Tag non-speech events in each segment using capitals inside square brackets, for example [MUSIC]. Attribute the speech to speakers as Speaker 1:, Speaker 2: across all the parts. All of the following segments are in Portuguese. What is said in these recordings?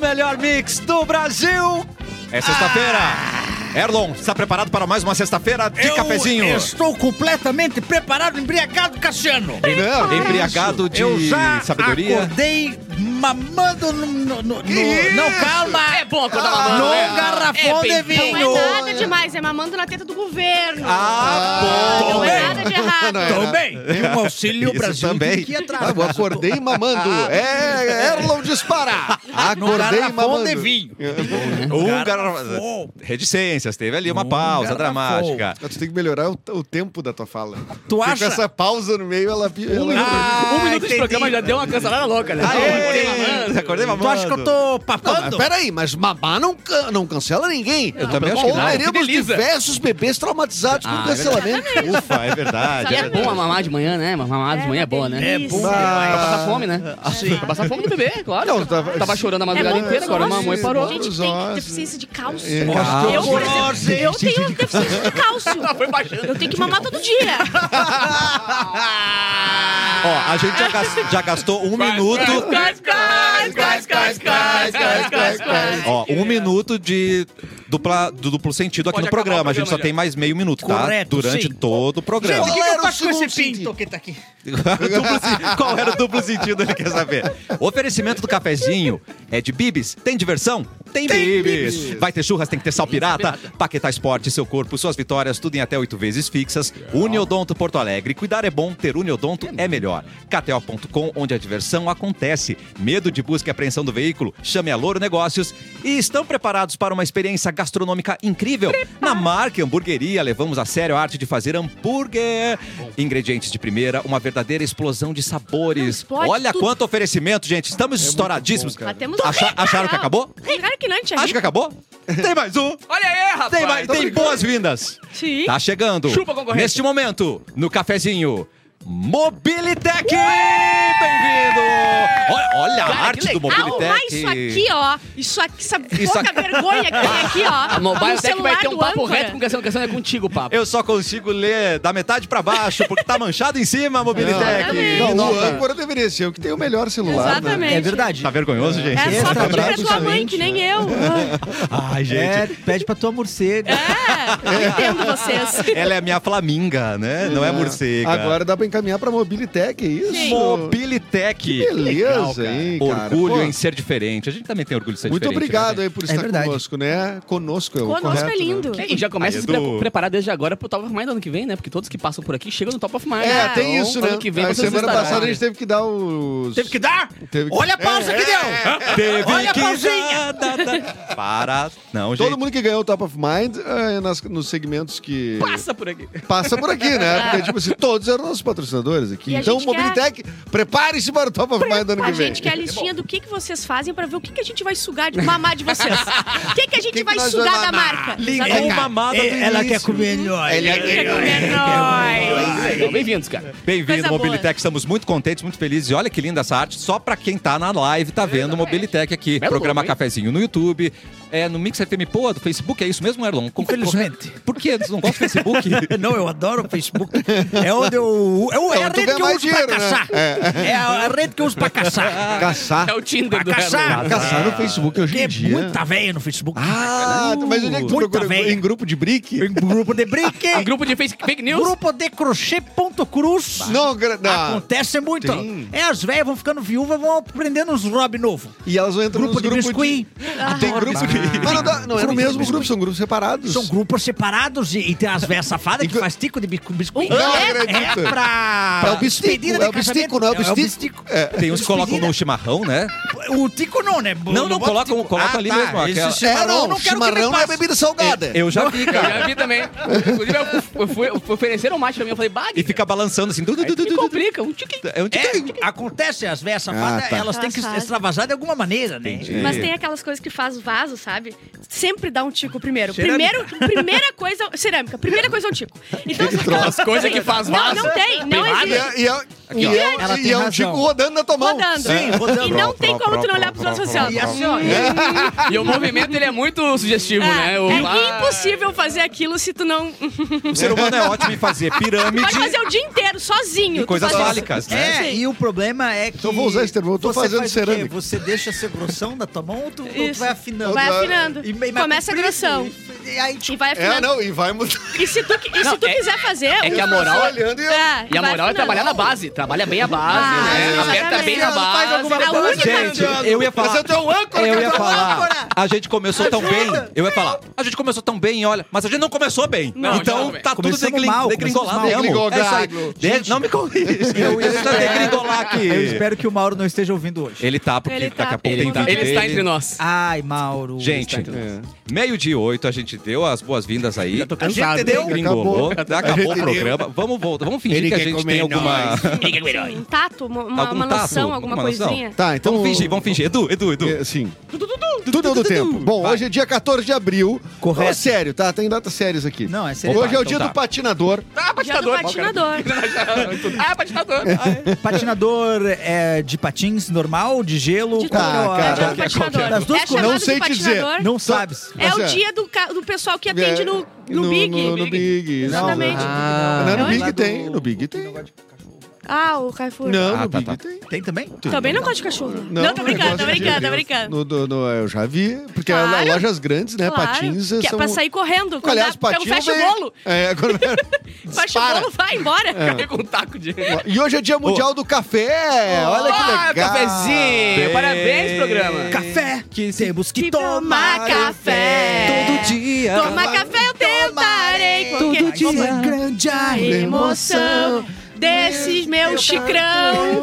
Speaker 1: melhor mix do Brasil. É sexta-feira. Erlon, está preparado para mais uma sexta-feira de
Speaker 2: Eu
Speaker 1: cafezinho?
Speaker 2: Estou completamente preparado, embriagado, Cassiano.
Speaker 1: Não, embriagado de
Speaker 2: Eu já
Speaker 1: sabedoria.
Speaker 2: acordei mamando no... no- no- no-
Speaker 1: isso?
Speaker 2: não, calma.
Speaker 3: É bom quando
Speaker 1: Ah,
Speaker 3: ela
Speaker 2: Num
Speaker 3: manda, né? É
Speaker 2: garrafão
Speaker 3: bem
Speaker 2: de vinho.
Speaker 4: Não é nada demais, é mamando na teta do governo.
Speaker 1: Ah,
Speaker 4: não
Speaker 2: bom.
Speaker 4: é nada de errado.
Speaker 5: Não, não.
Speaker 2: Também. Tem um auxílio
Speaker 1: Isso
Speaker 2: Brasil
Speaker 1: também.
Speaker 2: que
Speaker 5: Ah,
Speaker 2: atrás.
Speaker 5: eu acordei mamando.
Speaker 3: Ah.
Speaker 5: É, Erlon dispara.
Speaker 2: No
Speaker 5: Acordei
Speaker 2: garrafão
Speaker 5: mamando. É,
Speaker 2: de vinho.
Speaker 1: Um garrafão.
Speaker 2: garrafão.
Speaker 1: Reticências, teve ali uma pausa
Speaker 2: garrafão.
Speaker 1: dramática.
Speaker 5: Ah, Tu tem que melhorar o, o tempo da tua fala.
Speaker 2: Tu
Speaker 5: Porque
Speaker 2: acha?
Speaker 5: Com essa pausa no meio, ela... ela
Speaker 2: Ah,
Speaker 3: um minuto de
Speaker 2: entendi.
Speaker 3: programa já deu uma cancelada louca, né? Não, acordei mamando.
Speaker 1: Acordei mamando.
Speaker 2: Tu acha que eu tô papando?
Speaker 5: Mas peraí, mas mamar não, can- não cancela ninguém. Eu
Speaker 3: também acho que não. Que
Speaker 5: teremos
Speaker 3: delícia.
Speaker 5: diversos bebês traumatizados com
Speaker 3: Ah, é
Speaker 5: cancelamento.
Speaker 1: Ufa, é verdade.
Speaker 4: E
Speaker 1: é
Speaker 3: É bom a mamar de manhã, né? Mas Mamar de
Speaker 4: É
Speaker 3: manhã é
Speaker 4: uma
Speaker 3: boa, né?
Speaker 4: delícia. É bom
Speaker 3: Pra passar fome, né? Sim. Pra passar fome do bebê, claro.
Speaker 5: Não, tava-
Speaker 3: tava... chorando a
Speaker 4: É
Speaker 3: madrugada
Speaker 4: bom
Speaker 3: inteira,
Speaker 4: pros
Speaker 3: agora
Speaker 4: ossos.
Speaker 3: mamou e parou.
Speaker 4: Gente que tem
Speaker 5: Ossos.
Speaker 4: deficiência de cálcio.
Speaker 5: É,
Speaker 4: Eu, por
Speaker 2: Ossos.
Speaker 4: exemplo, eu tenho deficiência de cálcio.
Speaker 3: Foi baixando.
Speaker 4: Eu tenho que mamar todo dia.
Speaker 1: Ó, a gente já gastou, já gastou um minuto.
Speaker 3: Quase, quase, quase, quase, quase, quase, quase, quase.
Speaker 1: Ó, um minuto de dupla, do duplo sentido aqui
Speaker 3: Pode
Speaker 1: no
Speaker 3: acabar o
Speaker 1: programa. A gente
Speaker 3: programa
Speaker 1: só
Speaker 3: já.
Speaker 1: tem mais meio minuto, tá?
Speaker 2: Correto,
Speaker 1: Durante
Speaker 2: sim.
Speaker 1: todo o programa.
Speaker 2: Gente, o que, que
Speaker 5: Qual era
Speaker 2: eu
Speaker 5: o
Speaker 2: faço com esse
Speaker 5: segundo sentido?
Speaker 2: pinto que tá aqui?
Speaker 1: [LAUGHS] Duplo sen- Qual era o duplo sentido? Ele quer saber. Oferecimento do cafezinho é de bibis. Tem diversão? Tem, bibis. Vai ter churras, tem que ter sal pirata. Paquetá Esporte, seu corpo, suas vitórias, tudo em até oito vezes fixas. Uniodonto Porto Alegre. Cuidar é bom, ter Uniodonto é melhor. KTO.com, onde a diversão acontece. Medo de busca e apreensão do veículo? Chame a Louro Negócios. E estão preparados para uma experiência gastronômica incrível? Na marca Hamburgueria, levamos a sério a arte de fazer hambúrguer. Ingredientes de primeira, uma verdadeira explosão de sabores.
Speaker 4: Não, explode
Speaker 1: Olha
Speaker 4: tudo.
Speaker 1: quanto oferecimento, gente. Estamos estouradíssimos.
Speaker 4: Batemos
Speaker 1: Acha-
Speaker 4: um
Speaker 1: acharam que
Speaker 4: real.
Speaker 1: acabou?
Speaker 4: Claro que não, tia.
Speaker 1: Acho que acabou? Tem mais um.
Speaker 3: Olha aí,
Speaker 1: Tem, mais-
Speaker 3: rapaz. Então
Speaker 1: tem boas-vindas.
Speaker 4: Sim.
Speaker 1: Tá chegando.
Speaker 3: Chupa, concorrente.
Speaker 1: Neste momento, no cafezinho, Mobilitec! Bem-vindo! Olha, olha a
Speaker 3: Cara,
Speaker 1: arte
Speaker 3: que
Speaker 1: do
Speaker 3: legal.
Speaker 1: Mobilitec.
Speaker 4: Arrumar Ah, isso aqui, ó. Isso aqui, essa
Speaker 1: tá Isso
Speaker 4: pouca
Speaker 1: aqui-
Speaker 4: vergonha que tem aqui, ó.
Speaker 3: A Ah, Mobile
Speaker 4: tá No
Speaker 3: Tech vai
Speaker 4: celular
Speaker 3: ter um
Speaker 4: do
Speaker 3: papo
Speaker 4: âncora.
Speaker 3: reto com Cassiano. Cassiano é contigo, o papo.
Speaker 1: Eu só consigo ler da metade pra baixo, porque tá manchado em cima, Mobilitec.
Speaker 4: Exatamente.
Speaker 5: Não, o
Speaker 3: Nota.
Speaker 5: âncora deveria ser o que tem o melhor celular. né?
Speaker 4: Exatamente.
Speaker 2: É verdade.
Speaker 1: Tá vergonhoso, gente?
Speaker 4: É só pedir
Speaker 2: Extra
Speaker 4: pra
Speaker 2: brabo
Speaker 4: tua mãe,
Speaker 2: também.
Speaker 4: que nem eu.
Speaker 1: Ai,
Speaker 2: É,
Speaker 1: gente.
Speaker 2: pede pra tua morcega.
Speaker 4: É, eu entendo vocês.
Speaker 1: Ela é minha flaminga, né? Não é
Speaker 5: Ah,
Speaker 1: morcega.
Speaker 5: Agora dá pra encaminhar pra Mobilitec, é isso?
Speaker 4: Sim.
Speaker 1: Mobilitec.
Speaker 5: Beleza, hein, cara.
Speaker 1: Orgulho
Speaker 5: Pô,
Speaker 1: em ser diferente. A gente também tem orgulho de ser
Speaker 5: Muito
Speaker 1: diferente.
Speaker 5: obrigado
Speaker 1: né,
Speaker 5: aí por estar
Speaker 2: É verdade.
Speaker 5: conosco, né? Conosco é o
Speaker 4: Conosco
Speaker 5: correto,
Speaker 4: é lindo.
Speaker 5: né?
Speaker 3: E já começa a
Speaker 1: Aí,
Speaker 3: se
Speaker 1: Edu.
Speaker 3: pre- preparar desde agora pro Top of Mind ano que vem, né? Porque todos que passam por aqui chegam no Top of Mind.
Speaker 5: É,
Speaker 3: Então,
Speaker 5: tem isso, né?
Speaker 3: Ano que vem,
Speaker 5: a
Speaker 3: vocês
Speaker 5: semana
Speaker 3: estarão.
Speaker 5: passada a gente teve que dar os...
Speaker 2: Teve que dar?
Speaker 5: Teve que-
Speaker 2: Olha a pausa que deu.
Speaker 1: gente? É. Teve
Speaker 2: Olha a
Speaker 1: que
Speaker 2: pausinha.
Speaker 1: já- da- da- Para. Não, gente.
Speaker 5: Todo mundo que ganhou o Top of Mind é, nas- nos segmentos que...
Speaker 3: Passa por aqui.
Speaker 5: passa por aqui, né? Porque, tipo assim, todos eram nossos patrocinadores aqui.
Speaker 4: E a
Speaker 5: Então,
Speaker 4: gente quer-
Speaker 5: Mobilitec, prepare-se para o Top of Mind do ano
Speaker 4: A
Speaker 5: que vem. É
Speaker 4: gente quer a listinha do que, que vocês fazem pra ver o que, que a gente vai sugar de mamar de vocês.
Speaker 5: [LAUGHS]
Speaker 4: O que, que a gente
Speaker 5: Que que
Speaker 4: vai
Speaker 5: nós
Speaker 4: sugar
Speaker 5: vamos
Speaker 4: da
Speaker 5: mamar?
Speaker 4: marca.
Speaker 1: Linguiça
Speaker 4: Exatamente.
Speaker 1: mamada do
Speaker 2: É, ela quer
Speaker 1: início.
Speaker 2: comer nós.
Speaker 5: Ele é-
Speaker 4: Quer comer nós.
Speaker 3: Legal, Ah, então, Bem-vindos, cara.
Speaker 1: Bem-vindo,
Speaker 4: Coisa boa.
Speaker 1: Mobilitec. Estamos muito contentes, muito felizes. E olha que linda essa arte. Só pra quem tá na live, tá vendo o Mobilitec aqui.
Speaker 3: Belo
Speaker 1: Programa
Speaker 3: logo, hein?
Speaker 1: Cafezinho no YouTube. É no Mix FM Poa do Facebook. É isso mesmo, Erlon? Com-
Speaker 2: Infelizmente.
Speaker 1: Por quê? Vocês não gostam do Facebook?
Speaker 5: [LAUGHS]
Speaker 2: [LAUGHS] Não, eu adoro o Facebook. É onde eu. É, o- é
Speaker 5: É
Speaker 2: a
Speaker 5: onde tu
Speaker 2: rede
Speaker 5: ganha
Speaker 2: que eu
Speaker 5: mais
Speaker 2: uso pra
Speaker 5: dinheiro, né?
Speaker 2: caçar. É. a a rede que eu uso
Speaker 5: [LAUGHS]
Speaker 2: pra caçar.
Speaker 5: Caçar.
Speaker 3: É o Tinder
Speaker 2: Pra
Speaker 3: do
Speaker 2: caçar.
Speaker 3: Erlon.
Speaker 5: Ah, né? Caçar no Facebook hoje
Speaker 2: Tem
Speaker 1: é
Speaker 5: em dia.
Speaker 2: muita velha no Facebook.
Speaker 5: Ah, mas onde é que tu
Speaker 2: Muita
Speaker 5: procura?
Speaker 2: véia.
Speaker 5: Em grupo de brick?
Speaker 2: Em Grupo de brinque.
Speaker 3: Um grupo de face- fake news.
Speaker 2: Grupo de crochê.cruz.
Speaker 5: Não, gra- não.
Speaker 2: Acontece muito.
Speaker 5: Tem.
Speaker 2: É, as velhas vão ficando viúvas, vão aprendendo uns Rob novo.
Speaker 5: E elas vão entrar
Speaker 2: Grupo
Speaker 5: nos
Speaker 2: de
Speaker 5: grupos
Speaker 2: biscuit.
Speaker 5: Tem grupo de... Mas Ah, não, dá- não é no mesmo grupo, são grupos separados.
Speaker 2: São grupos separados e, e tem as velhas safadas que
Speaker 5: Inclu-
Speaker 2: faz tico de bico- biscuit.
Speaker 5: Não
Speaker 2: É
Speaker 5: acredito.
Speaker 2: pra...
Speaker 5: É o bistico,
Speaker 2: despedida de
Speaker 5: é o bistico,
Speaker 2: casamento.
Speaker 5: não é o
Speaker 2: É o
Speaker 5: bistico. É.
Speaker 1: Tem uns que colocam no chimarrão, né?
Speaker 6: É
Speaker 2: O tico não, né?
Speaker 1: Não, não,
Speaker 2: bota
Speaker 1: colocam-
Speaker 5: tipo-
Speaker 2: tico.
Speaker 5: Ah,
Speaker 1: colocam ali mesmo,
Speaker 2: esse
Speaker 5: é-
Speaker 1: aquela-
Speaker 2: chimarrão eu
Speaker 5: não,
Speaker 2: não quero que me
Speaker 5: chimarrão não tá, é
Speaker 2: passe.
Speaker 5: bebida salgada.
Speaker 1: Eu já vi,
Speaker 3: Eu
Speaker 1: cara.
Speaker 3: já vi também. Inclusive, eu, eu fui, eu fui- ofereceram mate pra mim. Eu falei, bah,
Speaker 1: E fica balançando assim. Du, du, du, du,
Speaker 3: me
Speaker 1: du, du.
Speaker 3: complica. Um tiquinho.
Speaker 1: É um tiquinho.
Speaker 2: É, acontece, as velhas safadas,
Speaker 5: Ah, tá.
Speaker 2: elas têm que
Speaker 4: Elas fazem.
Speaker 2: extravasar de alguma maneira, né?
Speaker 4: Mas tem aquelas coisas que faz vaso, sabe? Sempre dá um tico primeiro.
Speaker 3: Cerâmica.
Speaker 4: primeiro primeira coisa, cerâmica. Primeira coisa é um tico. Então, se aquela-
Speaker 3: As coisas que faz
Speaker 4: Não,
Speaker 3: vaso.
Speaker 4: não tem. Não
Speaker 3: Privada?
Speaker 4: existe.
Speaker 5: E é, e é,
Speaker 3: ó.
Speaker 5: e é,
Speaker 2: Ela
Speaker 5: e
Speaker 2: tem
Speaker 5: é um
Speaker 2: razão.
Speaker 5: tico rodando na tua mão.
Speaker 4: Rodando.
Speaker 2: Sim, rodando.
Speaker 4: E não tem como bonito não olhar pros nossos assim, ó. Assim, ó.
Speaker 3: [LAUGHS] E o movimento, ele é muito sugestivo, né?
Speaker 4: É,
Speaker 3: O-
Speaker 4: é impossível fazer aquilo se tu não.
Speaker 1: O ser humano é ótimo em fazer
Speaker 4: Pode
Speaker 1: pirâmide
Speaker 4: fazer o dia inteiro, sozinho.
Speaker 1: e
Speaker 4: tu
Speaker 1: coisas
Speaker 4: faz isso.
Speaker 1: fálicas, né?
Speaker 6: É, e o problema é que.
Speaker 5: Então Eu vou usar esse termo, eu tô
Speaker 6: você
Speaker 5: fazendo
Speaker 6: faz o
Speaker 5: cerâmica.
Speaker 6: quê? Você deixa ser grossão da tua mão ou tu, ou tu
Speaker 4: Isso.
Speaker 6: vai afinando?
Speaker 4: Vai
Speaker 5: Outra-
Speaker 4: afinando.
Speaker 6: E- e- mas
Speaker 4: Começa a
Speaker 6: comprido,
Speaker 4: grossão.
Speaker 6: E, e aí,
Speaker 4: E
Speaker 6: tipo,
Speaker 4: vai
Speaker 5: É,
Speaker 4: afinando.
Speaker 5: não, e vai mudar.
Speaker 4: E se tu, e se
Speaker 3: Não,
Speaker 4: tu
Speaker 3: é-
Speaker 4: quiser fazer.
Speaker 3: é que a
Speaker 4: o-
Speaker 3: moral-
Speaker 5: olhando e eu-
Speaker 4: É,
Speaker 3: E a
Speaker 4: vai
Speaker 3: moral é
Speaker 4: afinando.
Speaker 3: trabalhar na base. Trabalha bem a base,
Speaker 4: Ah,
Speaker 3: né?
Speaker 4: exatamente.
Speaker 3: Aperta bem na
Speaker 6: Faz
Speaker 3: base.
Speaker 6: alguma
Speaker 4: A única-
Speaker 1: Gente, eu ia
Speaker 5: Mas
Speaker 1: falar.
Speaker 5: eu tenho um âncora,
Speaker 1: Eu ia
Speaker 5: cara.
Speaker 1: falar,
Speaker 6: âncora.
Speaker 1: a gente começou tão bem. Eu ia falar, a gente começou tão bem, olha, mas a gente não começou bem.
Speaker 3: Não, não,
Speaker 1: então
Speaker 3: velho.
Speaker 1: tá tudo
Speaker 6: Começamos
Speaker 1: degling-
Speaker 6: mal,
Speaker 1: degringolado.
Speaker 6: começamos
Speaker 5: mal.
Speaker 1: mesmo. É isso aí.
Speaker 5: Degringolado.
Speaker 1: De- Não me corrija. Eu ia degringolar
Speaker 6: É, eu
Speaker 1: aqui.
Speaker 6: espero que o Mauro não esteja ouvindo hoje.
Speaker 1: Ele tá, porque
Speaker 4: Ele tá,
Speaker 1: daqui a pouco
Speaker 4: ele
Speaker 1: tem
Speaker 4: tá.
Speaker 1: data
Speaker 3: Ele está
Speaker 1: dele.
Speaker 3: entre nós.
Speaker 6: Ai, Mauro.
Speaker 1: Gente, meio dia 8, a gente deu as boas-vindas aí.
Speaker 3: Já tô
Speaker 1: A gente
Speaker 3: cansado.
Speaker 1: deu, gringolou,
Speaker 5: Acabou.
Speaker 1: acabou,
Speaker 5: Ele
Speaker 1: o
Speaker 5: deu.
Speaker 1: programa. Vamos voltar, vamos fingir
Speaker 5: Ele
Speaker 1: que a
Speaker 5: quer
Speaker 1: gente
Speaker 5: comer
Speaker 1: tem alguma,
Speaker 5: nós.
Speaker 4: [LAUGHS]
Speaker 3: é
Speaker 4: Sim, um tato, uma, uma,
Speaker 1: Algum
Speaker 4: uma
Speaker 1: tato,
Speaker 4: noção, alguma
Speaker 1: alguma noção.
Speaker 4: coisinha.
Speaker 5: Tá, então.
Speaker 1: [LAUGHS] Vamos fingir, vamos fingir. Edu, Edu, Edu.
Speaker 5: É, Sim. Tudo do tempo. Bom,
Speaker 1: Vai.
Speaker 5: hoje é dia 14 de abril.
Speaker 6: Correto.
Speaker 5: Ó, sério, tá? Tem datas sérias aqui.
Speaker 6: Não, é sério.
Speaker 5: Hoje é o
Speaker 1: Opa,
Speaker 5: dia
Speaker 1: então
Speaker 5: do
Speaker 1: tá.
Speaker 5: patinador.
Speaker 3: Ah,
Speaker 4: Já do
Speaker 3: patinador.
Speaker 4: patinador. [LAUGHS]
Speaker 3: Ah, patinador.
Speaker 6: Patinador é, de patins normal, de gelo?
Speaker 4: De
Speaker 6: qual que é o-
Speaker 5: Ah, cara.
Speaker 4: É o dia do
Speaker 5: Qualquer-
Speaker 4: patinador.
Speaker 6: das duas
Speaker 4: é
Speaker 6: coisas.
Speaker 4: chamado
Speaker 5: Não sei
Speaker 4: de
Speaker 5: te dizer.
Speaker 4: patinador.
Speaker 6: Não sabes.
Speaker 4: É o
Speaker 5: Mas é.
Speaker 4: dia do, ca- do pessoal que atende
Speaker 5: É,
Speaker 4: no, no, Big.
Speaker 5: No, no Big. isso.
Speaker 4: Exatamente.
Speaker 5: Ah, não, no
Speaker 4: É
Speaker 5: Big
Speaker 6: lá do-
Speaker 5: tem. No Big tem.
Speaker 4: Ah, o Carrefour.
Speaker 5: Não,
Speaker 1: Ah,
Speaker 5: no
Speaker 1: tá,
Speaker 5: Big
Speaker 1: tá.
Speaker 5: tem.
Speaker 6: Tem também?
Speaker 4: Também não gosto de cachorro. Não, tô brincando, tô
Speaker 5: negócio de-
Speaker 4: brincando, tô brincando.
Speaker 5: No, no- no- eu já vi, porque
Speaker 4: Claro.
Speaker 5: as lojas grandes, né?
Speaker 4: Claro,
Speaker 5: Patins
Speaker 4: que é
Speaker 5: são...
Speaker 4: pra sair correndo. Quando
Speaker 5: Aliás,
Speaker 4: dá- então
Speaker 5: patins...
Speaker 4: fecha
Speaker 5: vem-
Speaker 4: o bolo.
Speaker 5: É, quando- [LAUGHS]
Speaker 4: Fecha o bolo, vai embora.
Speaker 3: Fica com um taco de...
Speaker 5: E hoje é dia mundial do café. Olha que legal.
Speaker 3: Ah, cafezinho. Parabéns, programa.
Speaker 6: Café! Que temos que
Speaker 4: Que
Speaker 6: tomar
Speaker 4: tomar café.
Speaker 1: Todo dia.
Speaker 4: Tomar café eu tentarei.
Speaker 1: Todo
Speaker 4: porque-
Speaker 1: dia.
Speaker 6: Uma grande a
Speaker 4: [LAUGHS] emoção
Speaker 6: emoção
Speaker 4: desses meus chicrão.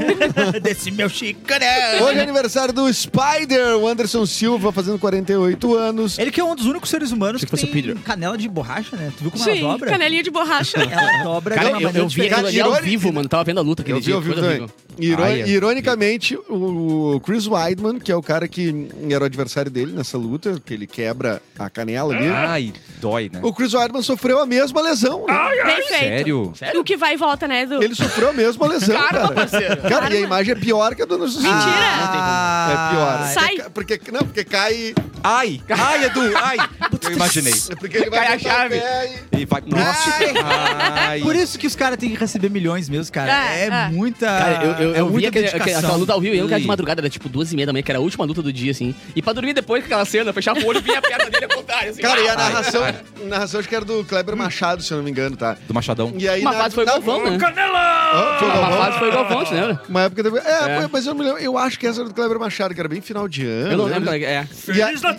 Speaker 6: desse meu chicarão.
Speaker 5: Hoje é aniversário do Spider, o Anderson Silva, fazendo 48 anos.
Speaker 6: Ele que é um dos únicos seres humanos que,
Speaker 3: Achei que fosse o
Speaker 6: tem canela de borracha, né? Tu viu como
Speaker 4: Sim,
Speaker 6: ela dobra?
Speaker 4: canelinha de
Speaker 6: [LAUGHS]
Speaker 4: borracha.
Speaker 6: Ela dobra
Speaker 3: Cara,
Speaker 6: de uma
Speaker 3: eu,
Speaker 6: maneira
Speaker 3: eu vi
Speaker 6: diferente.
Speaker 3: aquilo ali ao
Speaker 5: Irônico.
Speaker 3: vivo, mano. Tava vendo a luta aquele
Speaker 5: Eu vi,
Speaker 3: dia.
Speaker 5: eu vi
Speaker 3: coisa
Speaker 5: também.
Speaker 3: horrível.
Speaker 5: Iro-
Speaker 1: Ai, é.
Speaker 5: Ironicamente, o Chris Weidman, que é o cara que era o adversário dele nessa luta, que ele quebra a canela ali.
Speaker 3: Ah.
Speaker 1: Ai, dói, né?
Speaker 5: O Chris Weidman sofreu a mesma lesão. né?
Speaker 4: Bem feito.
Speaker 1: Sério?
Speaker 4: O que vai e volta, né, Edu?
Speaker 5: Ele sofreu a mesma lesão, cara.
Speaker 3: parceiro.
Speaker 5: Cara, e a imagem é pior que a do Anderson Silva.
Speaker 3: Ah,
Speaker 5: É pior.
Speaker 6: Ah,
Speaker 4: Sai.
Speaker 5: É, Porque, não, porque cai...
Speaker 1: Ai, ai, Edu, ai. Eu imaginei.
Speaker 5: É porque ele vai botar
Speaker 3: Cai a
Speaker 5: o
Speaker 3: chave.
Speaker 5: pé e-
Speaker 1: E vai pro... Ai.
Speaker 6: Por isso que os caras têm que receber milhões mesmo, cara.
Speaker 4: É,
Speaker 6: É,
Speaker 4: é.
Speaker 6: muita.
Speaker 3: Cara, eu, eu,
Speaker 6: é
Speaker 3: eu vi
Speaker 6: muita
Speaker 3: aquele, aquele-
Speaker 6: dedicação.
Speaker 3: aquela luta ao vivo e eu cara de
Speaker 1: Ui.
Speaker 3: madrugada, era tipo duas e meia da manhã, que era a última luta do dia, assim. E pra dormir depois com aquela cena, eu fechava o olho e vinha a perna dele ao contrário, assim.
Speaker 5: Cara, e a
Speaker 3: Ah,
Speaker 5: narração, narração acho que era do Kleber Machado, se eu não me engano, tá?
Speaker 1: Do Machadão.
Speaker 5: E aí,
Speaker 3: Uma
Speaker 5: na-
Speaker 3: fase foi
Speaker 5: na-
Speaker 3: Galvão,
Speaker 5: Hã?
Speaker 3: né?
Speaker 5: Foi um o
Speaker 3: Uma
Speaker 5: Galvão?
Speaker 3: fase foi Galvão, te lembra?
Speaker 5: Uma época teve. É,
Speaker 3: É.
Speaker 5: foi- mas eu não me lembro. Eu acho que essa era do Kleber Machado, que era bem final de ano.
Speaker 3: Eu não
Speaker 5: né?
Speaker 3: lembro. É.
Speaker 5: E, a-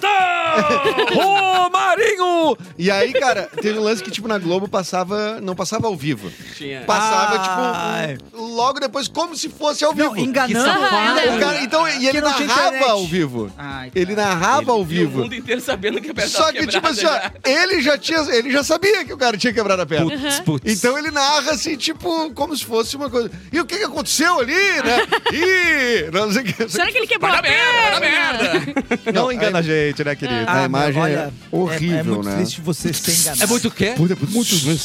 Speaker 1: Ô, Marinho!
Speaker 5: e aí, cara, teve um lance que, tipo, na Globo passava. Não passava ao vivo.
Speaker 3: Tinha.
Speaker 5: Passava,
Speaker 6: Ai.
Speaker 5: tipo, um- logo depois, como se fosse ao vivo.
Speaker 6: Não, enganando.
Speaker 4: safado.
Speaker 5: O cara, então, e ele
Speaker 6: não tinha
Speaker 5: narrava
Speaker 6: internet.
Speaker 5: ao vivo.
Speaker 6: Ai, cara.
Speaker 5: Ele narrava ao
Speaker 3: E o
Speaker 5: vivo.
Speaker 3: mundo inteiro sabendo que a perna
Speaker 5: Só
Speaker 3: tava
Speaker 5: que, tipo
Speaker 3: quebrada
Speaker 5: assim, ó,
Speaker 3: já.
Speaker 5: ele já tinha. Ele já sabia que o cara tinha quebrado a perna.
Speaker 1: Putz, putz.
Speaker 5: Então ele narra assim, tipo, como se fosse uma coisa. E o que, que aconteceu ali, né? Ih, não sei o que.
Speaker 4: Será que ele quebrou
Speaker 3: Vai
Speaker 4: a
Speaker 3: dar Tá merda, vai dar
Speaker 4: perna?
Speaker 3: merda.
Speaker 1: Não engana a gente, né, querido?
Speaker 5: A
Speaker 6: meu,
Speaker 5: imagem é
Speaker 6: olha,
Speaker 5: horrível,
Speaker 6: é, é muito
Speaker 5: né?
Speaker 6: triste você ser enganado.
Speaker 1: É muito o quê?
Speaker 5: Puta, puta,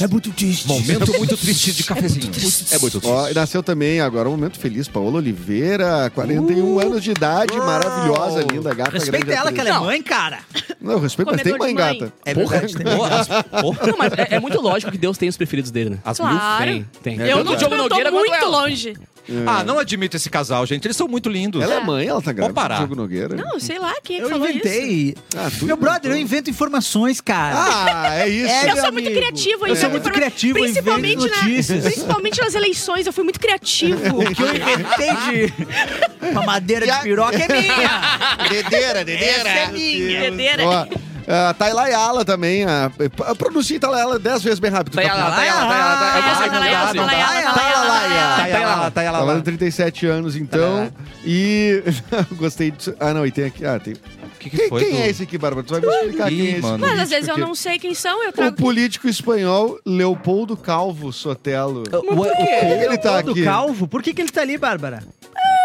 Speaker 6: É muito triste.
Speaker 1: Momento muito triste de cafezinho. É muito
Speaker 5: Ó,
Speaker 1: triste.
Speaker 5: e nasceu também agora um momento feliz, Paola Oliveira,
Speaker 1: Uh!
Speaker 5: 41 anos de idade, maravilhosa, linda, gata.
Speaker 6: Respeita
Speaker 5: grande
Speaker 6: ela, que
Speaker 5: atriz.
Speaker 6: ela é mãe, cara.
Speaker 5: Não, respeita, mas tem
Speaker 4: Comedor
Speaker 5: mãe,
Speaker 4: de mãe.
Speaker 5: gata.
Speaker 6: É verdade, tem
Speaker 1: Ó, as- ó,
Speaker 3: Não, mas é, é muito lógico que Deus tem os preferidos dele, né?
Speaker 1: As
Speaker 4: Claro.
Speaker 1: mil
Speaker 3: Tem.
Speaker 5: É
Speaker 4: Eu,
Speaker 3: Tanto
Speaker 4: não
Speaker 3: o
Speaker 4: tipo,
Speaker 3: Diogo
Speaker 4: eu tô
Speaker 3: Nogueira quanto
Speaker 4: muito
Speaker 3: ela.
Speaker 4: longe.
Speaker 1: Ah, não admito esse casal, gente. Eles são muito lindos.
Speaker 5: Ela é mãe, ela tá grávida.
Speaker 1: parar.
Speaker 5: do Diogo Nogueira.
Speaker 4: Não, sei lá, quem é que
Speaker 6: Eu
Speaker 4: falou isso?
Speaker 6: inventei.
Speaker 5: Ah, tu
Speaker 6: Meu
Speaker 5: inventou.
Speaker 6: brother, eu invento informações, cara.
Speaker 5: Ah, é isso.
Speaker 6: É,
Speaker 4: Eu
Speaker 6: meu
Speaker 4: sou muito
Speaker 6: amigo.
Speaker 4: criativo. então
Speaker 6: Eu sou
Speaker 4: invento
Speaker 6: muito
Speaker 4: informa-
Speaker 6: criativo, eu invento
Speaker 4: Principalmente, na-
Speaker 6: notícias.
Speaker 4: principalmente nas eleições, eu fui muito criativo.
Speaker 6: [LAUGHS] O que eu inventei de uma madeira de piroca é minha.
Speaker 5: [LAUGHS] Dedeira, dedeira.
Speaker 6: Essa é minha.
Speaker 4: [LAUGHS] Dedeira.
Speaker 5: Ó, ah, tá a Tayla Ayala também. A, a, pronuncia tá Tayla Ayala 10 vezes bem rápido.
Speaker 3: Tá ela, tá ela, tá ela, tá ela. Eu consigo
Speaker 4: Tá ela,
Speaker 3: fazer
Speaker 4: tá ela,
Speaker 3: assim.
Speaker 4: tá ela, tá ela, tá ela.
Speaker 1: Tá ela, tá ela
Speaker 5: Tava
Speaker 1: lá.
Speaker 5: com 37 anos, então. E. [LAUGHS] Gostei disso. Ah, não, e tem aqui. Ah, tem.
Speaker 1: que que
Speaker 5: quem
Speaker 1: foi,
Speaker 5: quem
Speaker 1: tu?
Speaker 5: é esse aqui, Bárbara? Tu vai me explicar
Speaker 1: Ih,
Speaker 5: quem é esse.
Speaker 1: mano.
Speaker 4: Mas às vezes eu
Speaker 5: político
Speaker 4: não sei quem são, eu
Speaker 5: aqui? O
Speaker 4: trago.
Speaker 5: político espanhol Leopoldo Calvo Sotelo.
Speaker 1: O- o-
Speaker 5: que ele tá
Speaker 6: Todo
Speaker 5: aqui?
Speaker 6: calvo? Por que, que ele tá ali, Bárbara?
Speaker 4: Ué,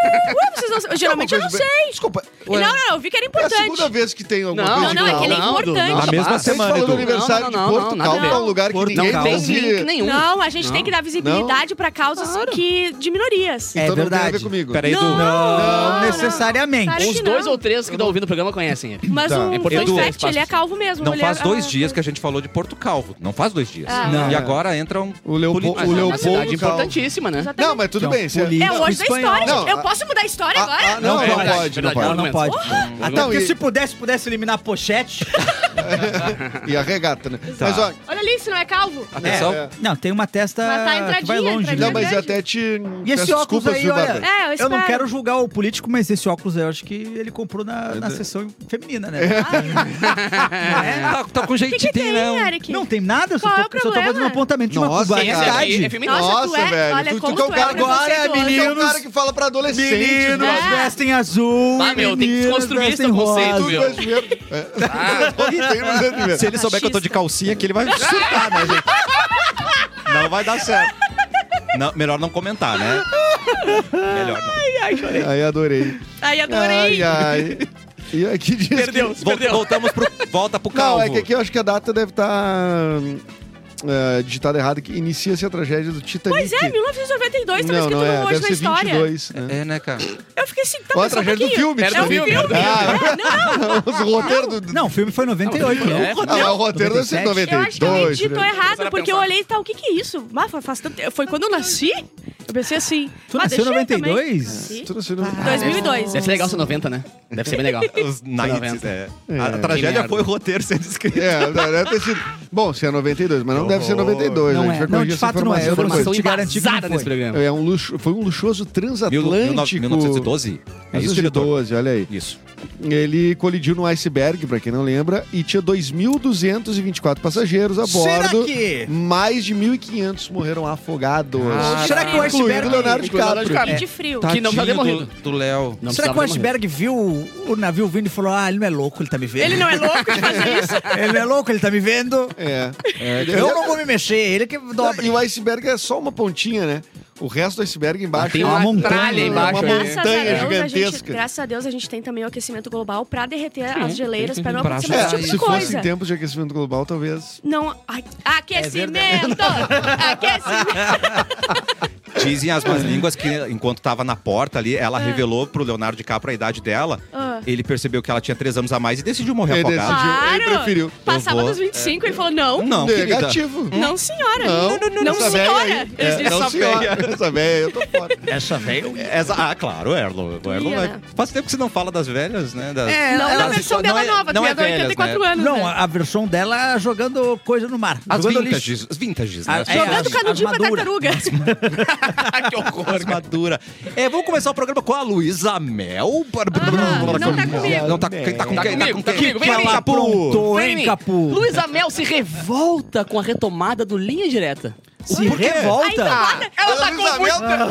Speaker 4: Uh,
Speaker 6: [LAUGHS]
Speaker 4: vocês não sabem. Geralmente eu não
Speaker 5: vejo
Speaker 4: sei.
Speaker 5: bem- Desculpa.
Speaker 4: Não, não, não, eu vi que era
Speaker 5: É a
Speaker 4: importante.
Speaker 5: segunda vez que tem alguma
Speaker 4: não,
Speaker 5: coisa
Speaker 4: não, é que ele é importante.
Speaker 1: Na mesma
Speaker 5: A gente
Speaker 1: semana,
Speaker 5: falou do
Speaker 1: Edu.
Speaker 5: aniversário
Speaker 3: Não, não,
Speaker 5: de
Speaker 3: não,
Speaker 5: Porto
Speaker 3: nada a
Speaker 5: Calvo,
Speaker 3: ver.
Speaker 5: que é um lugar que
Speaker 1: Porto
Speaker 5: ninguém
Speaker 3: Não
Speaker 1: Calvo.
Speaker 3: tem
Speaker 5: entende.
Speaker 3: link nenhum.
Speaker 4: Não, a gente tem que dar visibilidade pra causas que, de minorias.
Speaker 6: É
Speaker 5: Então não tem a ver
Speaker 6: verdade.
Speaker 5: comigo.
Speaker 1: Peraí, Edu.
Speaker 6: Não,
Speaker 4: não,
Speaker 6: necessariamente.
Speaker 4: Cara,
Speaker 3: Os
Speaker 4: que
Speaker 3: dois
Speaker 4: não.
Speaker 3: ou três que estão ouvindo o programa conhecem ele.
Speaker 4: Mas
Speaker 5: Tá.
Speaker 4: o
Speaker 3: Importante
Speaker 4: fun
Speaker 3: ter
Speaker 4: fact,
Speaker 3: espaço.
Speaker 4: ele é calvo mesmo.
Speaker 1: Não
Speaker 4: ele é-
Speaker 1: faz dois
Speaker 4: ah,
Speaker 1: dias que a gente falou de Porto Calvo. Não faz dois dias.
Speaker 4: Ah.
Speaker 6: Não.
Speaker 1: E agora entra um
Speaker 5: O Leopoldo- o
Speaker 1: político.
Speaker 3: Mas é uma
Speaker 5: Leopoldo
Speaker 3: cidade
Speaker 5: Calvo.
Speaker 3: importantíssima, né?
Speaker 4: exatamente.
Speaker 5: Não, mas tudo
Speaker 6: Que é um
Speaker 5: bem. Se é-
Speaker 6: político.
Speaker 4: É o hoje da
Speaker 6: Espanhol.
Speaker 4: história.
Speaker 5: Não,
Speaker 4: gente. eu
Speaker 5: a-
Speaker 4: posso mudar a história
Speaker 5: a-
Speaker 4: agora?
Speaker 5: a- não,
Speaker 3: Não,
Speaker 5: não
Speaker 3: verdade,
Speaker 5: pode, não
Speaker 3: verdade,
Speaker 6: Não,
Speaker 5: pode.
Speaker 6: não pode. Até
Speaker 5: Não,
Speaker 6: porque
Speaker 5: e-
Speaker 6: se pudesse, pudesse eliminar a pochete.
Speaker 5: E a regata, né?
Speaker 1: Tá.
Speaker 5: Mas ó,
Speaker 4: Olha ali, se não é calvo.
Speaker 1: Atenção.
Speaker 5: É.
Speaker 6: Não, tem uma testa
Speaker 4: Mas tá
Speaker 6: que vai
Speaker 4: entradinha,
Speaker 6: longe.
Speaker 4: entradinha.
Speaker 5: não,
Speaker 6: né?
Speaker 5: mas
Speaker 4: verdade.
Speaker 5: eu até te
Speaker 6: E esse
Speaker 5: peço
Speaker 6: óculos
Speaker 5: desculpas,
Speaker 6: aí,
Speaker 5: viu,
Speaker 6: olha,
Speaker 5: Bárbara?
Speaker 4: É, eu
Speaker 6: eu não
Speaker 4: espero.
Speaker 6: quero julgar o político, mas esse óculos aí eu acho que ele comprou na, na sessão feminina, né?
Speaker 1: Tá, tá com
Speaker 4: O que, que é
Speaker 1: jeitinho,
Speaker 4: tem,
Speaker 1: não.
Speaker 4: Eric?
Speaker 6: Não tem nada, só,
Speaker 4: Qual é o
Speaker 6: tô, só tô
Speaker 4: problema?
Speaker 6: fazendo um apontamento de uma
Speaker 5: Nossa,
Speaker 3: Esse
Speaker 5: cara.
Speaker 6: barbaridade.
Speaker 3: aí é feminista.
Speaker 4: Nossa, tu é-
Speaker 5: velho.
Speaker 4: olha,
Speaker 5: tu, tu
Speaker 4: como
Speaker 5: que é o
Speaker 4: tu é
Speaker 5: cara
Speaker 4: Agora, preconceituoso.
Speaker 5: Tu é o cara
Speaker 6: meninos,
Speaker 5: que fala pra adolescente.
Speaker 6: meninos
Speaker 5: né?
Speaker 4: É.
Speaker 6: vestem azul.
Speaker 3: Ah, meu, tem que
Speaker 6: meninas
Speaker 3: desconstruir esse
Speaker 6: vestem
Speaker 3: conceito,
Speaker 6: rosa.
Speaker 3: meu.
Speaker 5: Dois mesmo. É. [LAUGHS] Todo tem dois mesmo.
Speaker 1: Se ele souber que eu tô de calcinha aqui, ele vai surtar, né, gente? Não vai dar certo. Não, melhor não comentar, né? Melhor não.
Speaker 5: Ai, adorei.
Speaker 4: Ai, adorei.
Speaker 5: Ai, ai. E aqui diz
Speaker 3: Perdeu,
Speaker 1: Vol-
Speaker 3: perdeu.
Speaker 1: voltamos pro. Volta pro calvo.
Speaker 5: Não, é que aqui eu acho que a data deve estar digitada errada, que inicia-se a tragédia do Titanic.
Speaker 4: Pois é, 1992 tá
Speaker 5: Não,
Speaker 4: escrito
Speaker 5: não é,
Speaker 4: no
Speaker 5: deve
Speaker 4: hoje na
Speaker 5: ser
Speaker 4: história.
Speaker 5: 22, né?
Speaker 1: É, né, cara?
Speaker 4: Eu fiquei assim, tá
Speaker 5: Ó, a
Speaker 4: mas só um
Speaker 5: tragédia do
Speaker 4: pouquinho.
Speaker 5: É filme,
Speaker 3: Era do
Speaker 5: desculpa.
Speaker 3: filme, era do
Speaker 5: Ah, [LAUGHS] os roteiros do...
Speaker 6: Não, o filme foi em 98, né?
Speaker 3: É,
Speaker 5: Ah, mas o roteiro deve ser
Speaker 4: Eu acho
Speaker 5: 92.
Speaker 6: 97.
Speaker 4: que eu edito
Speaker 5: né?
Speaker 4: errado,
Speaker 3: Começaram a
Speaker 4: porque eu
Speaker 3: pensar.
Speaker 4: olhei e tal, o que que é isso? Mas fa- faz tanto tempo. Foi quando eu nasci? Eu pensei assim.
Speaker 6: Tu
Speaker 4: ah,
Speaker 6: nasceu em
Speaker 4: deixa eu
Speaker 6: 92?
Speaker 4: também.
Speaker 5: Tu nasceu no-
Speaker 3: É.
Speaker 4: 2002.
Speaker 3: Deve ser legal ser 90, né? Deve ser bem legal.
Speaker 1: Os Knights, é. A, a
Speaker 5: É.
Speaker 1: tragédia
Speaker 3: Que
Speaker 1: foi o roteiro sendo escrito.
Speaker 5: É, [LAUGHS] deve ter sido... Bom, se é 92, mas não deve ser 92.
Speaker 6: Não
Speaker 5: né? A
Speaker 6: é.
Speaker 5: gente vai
Speaker 6: Não,
Speaker 5: corrigir
Speaker 6: de
Speaker 5: essa
Speaker 6: fato não é.
Speaker 5: informação
Speaker 6: Eu não
Speaker 5: depois.
Speaker 6: sei.
Speaker 3: Informação
Speaker 6: te garanto que não
Speaker 3: embasada
Speaker 6: foi.
Speaker 3: nesse programa.
Speaker 5: É um luxo, foi um luxuoso
Speaker 1: Mil- mil-
Speaker 5: transatlântico.
Speaker 1: 1912? É isso, diretor?
Speaker 5: 1912, olha aí.
Speaker 1: Isso.
Speaker 5: Ele colidiu no iceberg, pra quem não lembra, e tinha 2.224 passageiros a
Speaker 6: Será
Speaker 5: bordo.
Speaker 6: que-
Speaker 5: Mais de 1.500 morreram afogados.
Speaker 1: Ah,
Speaker 6: Será que o
Speaker 5: Incluindo
Speaker 6: iceberg...
Speaker 5: o Leonardo
Speaker 3: Incluindo o Leonardo
Speaker 5: DiCaprio.
Speaker 4: E de frio.
Speaker 3: Que não tá
Speaker 1: Tadinho
Speaker 3: demorrido.
Speaker 1: do- Do Léo.
Speaker 3: Não
Speaker 6: Será que o
Speaker 3: precisava de morrer.
Speaker 6: iceberg viu o navio vindo e falou: Ah, ele não é louco, ele tá me vendo.
Speaker 4: Ele não é louco de fazer isso?
Speaker 6: [LAUGHS] Ele não é louco, ele tá me vendo.
Speaker 5: É.
Speaker 6: Eu não vou me mexer, ele que
Speaker 5: E
Speaker 6: dobre.
Speaker 5: o iceberg é só uma pontinha, né? O resto do iceberg embaixo.
Speaker 3: Tem
Speaker 5: é
Speaker 6: uma montanha
Speaker 5: é Uma
Speaker 3: embaixo aí.
Speaker 4: Graças a
Speaker 5: montanha
Speaker 4: Deus, a gente,
Speaker 5: gigantesca.
Speaker 4: graças a Deus, a gente tem também o aquecimento global pra derreter as geleiras, pra não
Speaker 1: pra
Speaker 4: acontecer
Speaker 1: ajudar
Speaker 4: mais
Speaker 5: É,
Speaker 4: esse
Speaker 5: se
Speaker 4: tipo de
Speaker 5: fosse
Speaker 4: coisa.
Speaker 5: em tempos de aquecimento global, talvez.
Speaker 4: Não, ai,
Speaker 5: É
Speaker 4: aquecimento!
Speaker 5: [LAUGHS]
Speaker 4: aquecimento!
Speaker 1: Dizem as más línguas que, enquanto tava na porta ali, ela revelou pro Leonardo DiCaprio a idade dela.
Speaker 4: Ah.
Speaker 1: Ele percebeu que ela tinha três anos a mais e decidiu morrer
Speaker 5: Ele
Speaker 1: afogado.
Speaker 5: decidiu. Ele
Speaker 4: Claro.
Speaker 5: preferiu.
Speaker 4: Passava
Speaker 1: vou-
Speaker 4: dos 25, ele falou, não, não,
Speaker 1: Não, querida.
Speaker 5: Negativo.
Speaker 4: senhora.
Speaker 5: Não, essa véia
Speaker 4: senhora.
Speaker 5: aí.
Speaker 4: Eles
Speaker 5: É,
Speaker 4: disseram,
Speaker 5: não,
Speaker 1: essa
Speaker 5: senhora.
Speaker 1: véia.
Speaker 5: [LAUGHS] Essa velha, eu tô fora.
Speaker 6: Essa veio.
Speaker 1: Essa- ah, claro, Erlo. O Erlo
Speaker 4: Ia,
Speaker 1: vai-
Speaker 4: né?
Speaker 1: Faz tempo que você não fala das velhas, né? Das-
Speaker 6: É,
Speaker 4: Não, na
Speaker 1: das-
Speaker 4: versão
Speaker 1: não
Speaker 4: dela
Speaker 1: é-
Speaker 4: nova,
Speaker 1: não
Speaker 4: tu
Speaker 1: é
Speaker 4: ia dar
Speaker 1: velhas,
Speaker 4: 84 anos.
Speaker 6: Não,
Speaker 4: né?
Speaker 6: a a versão dela jogando coisa no mar.
Speaker 1: As
Speaker 6: jogando lixo.
Speaker 1: vintages, as vintages, né?
Speaker 6: Ah,
Speaker 1: As
Speaker 6: é,
Speaker 1: vintages.
Speaker 4: Dando canudinho pra
Speaker 6: armadura.
Speaker 4: tartaruga.
Speaker 3: [LAUGHS] que horror.
Speaker 1: Armadura. É, vamos começar o programa com a Luísa Mel.
Speaker 4: Ah, não tá comigo.
Speaker 1: Não tá, quem tá com
Speaker 3: Tá
Speaker 1: quem?
Speaker 3: comigo, tá comigo. Vem
Speaker 1: Fala,
Speaker 3: aí,
Speaker 1: Capu.
Speaker 6: Aprontou,
Speaker 3: Vem em
Speaker 6: hein,
Speaker 3: mim.
Speaker 6: Capu?
Speaker 3: Luísa Mel se revolta com a retomada do Linha Direta.
Speaker 6: Se
Speaker 1: Por quê?
Speaker 4: Aí tu
Speaker 6: revolta.
Speaker 4: olha,
Speaker 3: Ela
Speaker 5: Luísa
Speaker 3: tá com muito
Speaker 5: Mel tá-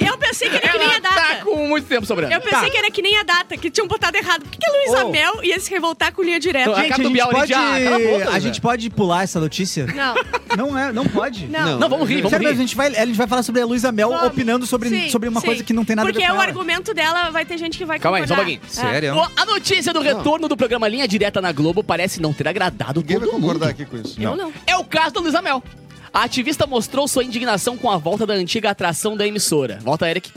Speaker 4: eu, eu pensei que era que nem a
Speaker 3: Ela tá
Speaker 4: data.
Speaker 3: com muito tempo sobrando.
Speaker 4: Eu pensei
Speaker 6: Tá.
Speaker 4: que era que nem a data, que tinham botado errado. Por que, que a Luísa
Speaker 6: Oh.
Speaker 4: Mel ia se revoltar com linha direta?
Speaker 3: Então, a
Speaker 6: Gente,
Speaker 3: Capu
Speaker 6: a gente
Speaker 3: Bial, ele
Speaker 6: pode.
Speaker 3: já- cala a boca,
Speaker 6: A
Speaker 3: velho.
Speaker 6: gente pode pular essa notícia?
Speaker 4: Não,
Speaker 6: Não é, não pode.
Speaker 4: não.
Speaker 3: Não, vamos rir, vamos
Speaker 6: Sério, mas a
Speaker 3: rir.
Speaker 6: gente vai, a gente vai falar sobre a Luísa Mel
Speaker 4: Vamos.
Speaker 6: opinando sobre,
Speaker 4: Sim,
Speaker 6: sobre uma
Speaker 4: sim.
Speaker 6: coisa que não tem nada
Speaker 4: Porque é
Speaker 6: a ver com
Speaker 4: o
Speaker 6: ela.
Speaker 4: argumento dela vai ter gente que vai
Speaker 3: Calma aí, só um
Speaker 4: concordar.
Speaker 3: pouquinho.
Speaker 4: É.
Speaker 1: Sério?
Speaker 3: O- A notícia do retorno do programa Linha Direta na Globo parece não ter agradado
Speaker 5: Ninguém vai
Speaker 3: todo mundo.
Speaker 5: concordar aqui com isso.
Speaker 4: Eu não.
Speaker 3: É o caso da Luísa Mel. A ativista mostrou sua indignação com a volta da antiga atração da emissora. Volta, Eric.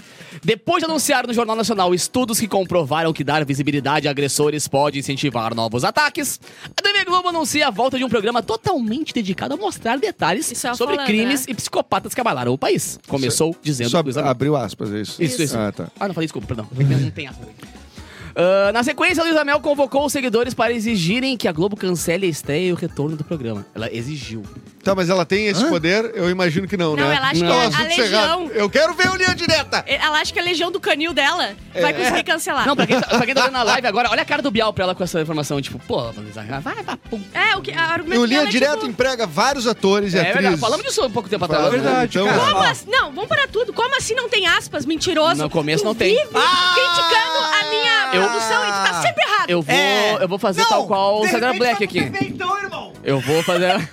Speaker 3: Depois de anunciar no Jornal Nacional estudos que comprovaram que dar visibilidade a agressores pode incentivar novos ataques, a TV Globo anuncia a volta de um programa totalmente dedicado a mostrar detalhes
Speaker 4: Isso eu ia
Speaker 3: sobre
Speaker 4: falar,
Speaker 3: crimes
Speaker 4: né?
Speaker 3: e psicopatas que abalaram o país. Começou dizendo
Speaker 5: Só
Speaker 3: Luísa Mel.
Speaker 5: abriu aspas, é isso?
Speaker 3: Isso, isso.
Speaker 5: Ah, tá.
Speaker 3: Ah, não falei, desculpa, perdão. Não tem aspas. Ah, na sequência, a Luísa Mel convocou os seguidores para exigirem que a Globo cancele a estreia e o retorno do programa. Ela exigiu.
Speaker 5: Tá, mas ela tem esse poder? Eu imagino que não, né?
Speaker 4: Não, ela acha que é a
Speaker 5: assunto
Speaker 4: legião.
Speaker 5: cerrado. Eu quero ver o linha direta!
Speaker 4: Ela acha que a legião do canil dela vai conseguir cancelar.
Speaker 3: É.
Speaker 6: Ah.
Speaker 3: Não, pra quem, tá, pra quem tá
Speaker 6: [LAUGHS]
Speaker 3: vendo na live agora, olha a cara do Bial pra ela com essa informação. Tipo, pô, Luísa Mel, vai pra puta.
Speaker 4: É, o que, a
Speaker 5: E
Speaker 4: argumento
Speaker 5: o linha
Speaker 4: dela é
Speaker 5: direta
Speaker 4: tipo,
Speaker 5: emprega vários atores e
Speaker 3: É
Speaker 5: atrizes.
Speaker 3: verdade, falamos disso um pouco tempo atrás.
Speaker 5: Fala a
Speaker 3: né?
Speaker 1: verdade,
Speaker 5: Então,
Speaker 1: cara.
Speaker 4: Como assim? Não, vamos parar tudo. Como assim não tem aspas? Mentiroso.
Speaker 3: No começo
Speaker 4: Tu
Speaker 3: não tem.
Speaker 4: vive
Speaker 6: Ah!
Speaker 4: criticando a minha
Speaker 3: Eu-
Speaker 4: produção e tu tá sempre errado.
Speaker 3: Eu vou,
Speaker 6: É.
Speaker 3: eu vou fazer
Speaker 6: Não,
Speaker 3: tal qual o
Speaker 6: de
Speaker 3: Cedar
Speaker 6: repente
Speaker 3: Black
Speaker 6: vai
Speaker 3: aqui.
Speaker 6: pro [LAUGHS] TV então, irmão.
Speaker 3: Eu vou fazer.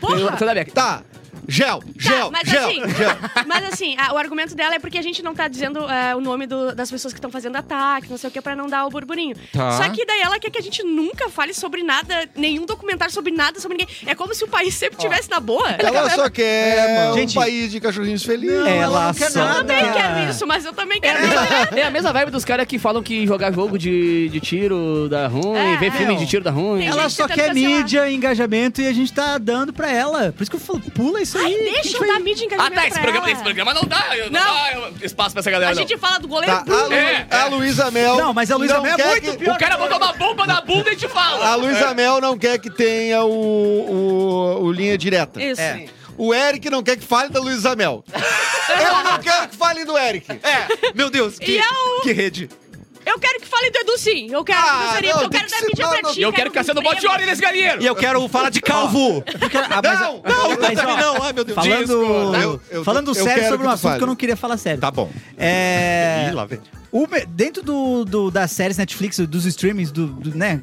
Speaker 4: Porra.
Speaker 3: Cedar Black.
Speaker 5: Tá. gel, gel,
Speaker 4: mas,
Speaker 5: gel,
Speaker 4: assim,
Speaker 5: gel.
Speaker 4: [LAUGHS] mas assim, a- o argumento dela é porque a gente não tá dizendo é, o nome do- das pessoas que estão fazendo ataque, não sei o que, pra não dar o burburinho.
Speaker 1: Tá.
Speaker 4: Só que daí ela quer que a gente nunca fale sobre nada, nenhum documentário sobre nada, sobre ninguém. É como se o país sempre estivesse na boa.
Speaker 5: Ela só quer um
Speaker 6: Gente,
Speaker 5: país de cachorrinhos felizes.
Speaker 6: ela
Speaker 1: Ela
Speaker 6: quer
Speaker 1: só-
Speaker 5: é
Speaker 4: Eu
Speaker 6: nada.
Speaker 4: também quero isso, mas eu também quero isso.
Speaker 3: É a mesma vibe dos caras que falam que jogar jogo de, de tiro dá ruim,
Speaker 4: É,
Speaker 3: ver
Speaker 4: é.
Speaker 3: filme de tiro dá ruim.
Speaker 4: Tem
Speaker 6: Ela
Speaker 4: gente tá
Speaker 6: só
Speaker 4: tentando
Speaker 6: quer
Speaker 4: cancelar.
Speaker 6: mídia, engajamento e a gente tá dando pra ela. Por isso que eu falo, pula isso aí. que
Speaker 4: Deixa
Speaker 6: que
Speaker 4: eu
Speaker 6: vai-
Speaker 4: dar mídia em
Speaker 3: Ah, tá, esse programa, esse programa não dá, eu- não
Speaker 4: Não.
Speaker 3: dá eu- espaço pra essa galera,
Speaker 4: A
Speaker 3: não.
Speaker 4: gente fala do goleiro
Speaker 5: Tá, a,
Speaker 4: Bruno.
Speaker 5: Lu,
Speaker 3: É,
Speaker 5: a Luísa Mel.
Speaker 6: Não, mas a Luísa
Speaker 5: não
Speaker 6: Mel é
Speaker 5: quer
Speaker 6: muito
Speaker 5: que-
Speaker 6: pior.
Speaker 3: O cara botou uma bomba na bunda e te fala. É.
Speaker 5: A
Speaker 6: É.
Speaker 5: Luísa Mel não quer que tenha o, o, o linha direta. É.
Speaker 4: Isso.
Speaker 5: O Eric não quer que fale da Luísa Mel. Eu não quero que fale do Eric. É.
Speaker 1: Meu Deus, que,
Speaker 4: E eu-
Speaker 1: que rede.
Speaker 4: Eu quero que fale do Edu sim. Eu quero
Speaker 5: Ah,
Speaker 4: que você rifa,
Speaker 5: não,
Speaker 4: eu
Speaker 5: tem
Speaker 4: quero
Speaker 5: que
Speaker 4: dar
Speaker 5: ser-
Speaker 4: mídia
Speaker 5: não,
Speaker 4: pra
Speaker 5: não,
Speaker 4: ti.
Speaker 3: E eu quero que você não bote hora nesse galinheiro.
Speaker 5: é
Speaker 1: E eu quero falar de calvo.
Speaker 6: Ah, mas-
Speaker 5: Não,
Speaker 1: não,
Speaker 6: mas, ó,
Speaker 1: não, ai, meu Deus.
Speaker 6: Falando,
Speaker 5: Eu- eu-
Speaker 6: falando
Speaker 5: eu
Speaker 6: sério
Speaker 5: quero
Speaker 6: sobre
Speaker 5: que
Speaker 6: um
Speaker 5: tu
Speaker 6: assunto
Speaker 5: fale.
Speaker 6: que eu não queria falar sério.
Speaker 1: Tá bom.
Speaker 6: É.
Speaker 1: Ih, lá vem.
Speaker 6: O me- dentro do, do- das séries Netflix, dos streamings, do, do, né?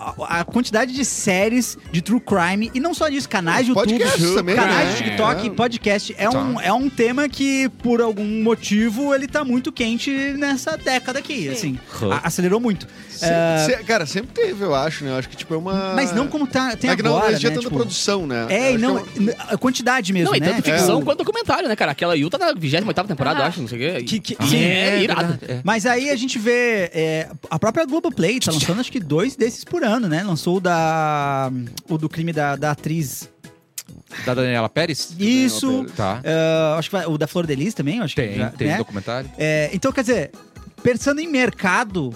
Speaker 6: A, a quantidade de séries de true crime, e não só disso, canais de YouTube,
Speaker 5: Podcasts também,
Speaker 6: canais
Speaker 5: né?
Speaker 6: de TikTok,
Speaker 5: É.
Speaker 6: podcast, é,
Speaker 1: Tá.
Speaker 6: um, é um tema que, por algum motivo, ele tá muito quente nessa década aqui, assim.
Speaker 1: Hã.
Speaker 6: A- acelerou muito.
Speaker 5: Se-
Speaker 6: É,
Speaker 5: se- cara, sempre teve, eu acho, né? Eu acho que tipo é uma.
Speaker 6: mas não como tá, tem
Speaker 5: é que não,
Speaker 6: agora,
Speaker 5: existia
Speaker 6: né?
Speaker 5: tanta
Speaker 6: tipo-
Speaker 5: produção, né?
Speaker 6: é,
Speaker 5: Eu
Speaker 6: e
Speaker 5: acho
Speaker 6: não...
Speaker 5: que
Speaker 6: A quantidade mesmo,
Speaker 3: Não, e
Speaker 6: né?
Speaker 3: tanto ficção
Speaker 5: É.
Speaker 3: quanto documentário, né, cara? Aquela Yu tá na 28
Speaker 4: Ah.
Speaker 3: temporada, eu acho, não sei o quê.
Speaker 6: Que- que-
Speaker 3: E
Speaker 6: sim,
Speaker 3: é,
Speaker 6: é
Speaker 3: irado.
Speaker 6: Mas aí a gente vê. é, a própria Globoplay tá lançando acho que dois desses por ano, né? Lançou o da. o do crime da, da atriz.
Speaker 1: Da Daniela Pérez?
Speaker 6: Isso.
Speaker 1: Tá.
Speaker 6: ah, acho que vai- o da Flor de Lis também, acho que.
Speaker 1: Tem,
Speaker 6: já,
Speaker 1: tem
Speaker 6: né?
Speaker 1: documentário.
Speaker 6: É, então, quer dizer, pensando em mercado,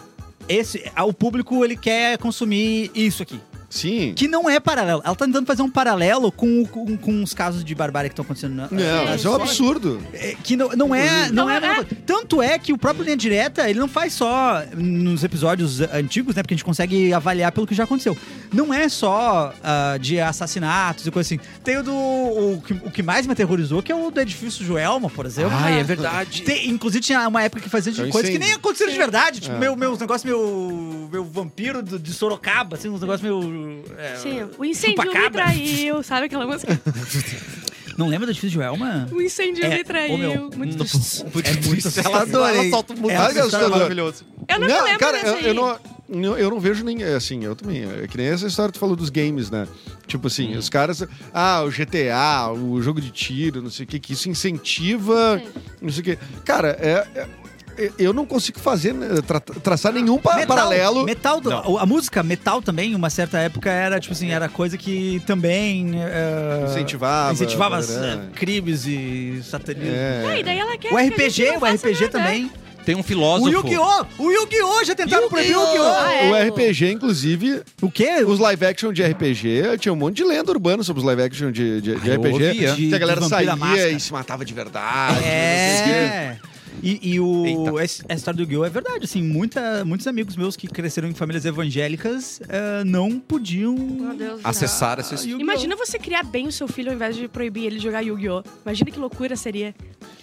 Speaker 6: esse, ah, o público ele quer consumir isso aqui.
Speaker 5: Sim.
Speaker 6: Que não é paralelo. Ela tá tentando fazer um paralelo com, com, com os casos de barbárie que estão acontecendo na,
Speaker 5: Não, mas é um absurdo.
Speaker 6: É, que não, não é não é, a mesma coisa. tanto é que o próprio linha direta ele não faz só nos episódios antigos né porque a gente consegue avaliar pelo que já aconteceu não é só ah, de assassinatos e coisa assim tem o do o, que- o que mais me aterrorizou que é o do edifício Joelma por exemplo
Speaker 3: Ai, é verdade.
Speaker 6: Tem- inclusive tinha uma época que fazia de
Speaker 5: É um
Speaker 6: coisas que
Speaker 5: incêndio.
Speaker 6: nem aconteceram de verdade tipo
Speaker 5: É.
Speaker 6: meu meus negócios meu meu vampiro do- de Sorocaba assim uns negócios meu é,
Speaker 4: Sim, o incêndio me
Speaker 6: chupacabra.
Speaker 4: traiu, sabe aquela música?
Speaker 6: não lembra do edifício Joelma
Speaker 4: O incêndio
Speaker 6: É,
Speaker 4: me traiu.
Speaker 6: ô, meu,
Speaker 4: Muito
Speaker 1: Não,
Speaker 4: triste.
Speaker 1: putz,
Speaker 6: É muito
Speaker 1: ela,
Speaker 5: assustador,
Speaker 1: ela
Speaker 5: hein?
Speaker 1: solta muito.
Speaker 6: É
Speaker 1: Olha que
Speaker 5: assustador.
Speaker 1: maravilhoso.
Speaker 4: Eu não, lembro
Speaker 5: cara,
Speaker 4: dessa
Speaker 5: eu,
Speaker 4: aí.
Speaker 5: eu não, eu, eu não vejo nem. Assim, eu também. É que nem essa história que tu falou dos games, né? Tipo assim, os caras. Ah, o GTA, o jogo de tiro, não sei o que, que isso incentiva. Não sei o que. Cara, é. é- eu não consigo fazer, né, tra- traçar nenhum pa-
Speaker 6: Metal,
Speaker 5: paralelo.
Speaker 6: Metal, do- a música metal também, em uma certa época, era tipo assim, era coisa que também eh,
Speaker 5: Ah, Incentivava,
Speaker 6: incentivava as,
Speaker 5: né?
Speaker 6: eh, crimes e satanismo.
Speaker 5: É.
Speaker 4: Ah, e daí ela quer
Speaker 6: O
Speaker 4: que a gente
Speaker 6: RPG,
Speaker 4: não
Speaker 6: o
Speaker 4: faça
Speaker 6: RPG
Speaker 4: nada.
Speaker 6: também.
Speaker 1: Tem um
Speaker 6: O
Speaker 1: filósofo.
Speaker 6: Yu-Gi-Oh! O Yu-Gi-Oh! Já tentaram proibir o
Speaker 4: Ah,
Speaker 6: Yu-Gi-Oh!
Speaker 4: é.
Speaker 5: O RPG, inclusive,
Speaker 6: O quê?
Speaker 5: os live action de RPG, tinha um monte de lenda urbana sobre os live action de, de- de
Speaker 1: Ah, eu
Speaker 5: RPG.
Speaker 1: ouvia.
Speaker 5: que
Speaker 6: De-
Speaker 5: a galera
Speaker 6: de vampiro à
Speaker 5: saía
Speaker 6: máscara.
Speaker 5: e se matava de verdade.
Speaker 6: É. E, e o,
Speaker 1: Eita.
Speaker 6: esse- a história do Yu-Gi-Oh! é verdade, assim, muita, muitos amigos meus que cresceram em famílias evangélicas eh, não podiam
Speaker 4: Meu Deus do céu.
Speaker 1: Acessar essa história.
Speaker 6: Yu-Gi-Oh!
Speaker 4: Imagina você criar bem o seu filho ao invés de proibir ele de jogar Yu-Gi-Oh! Imagina que loucura seria.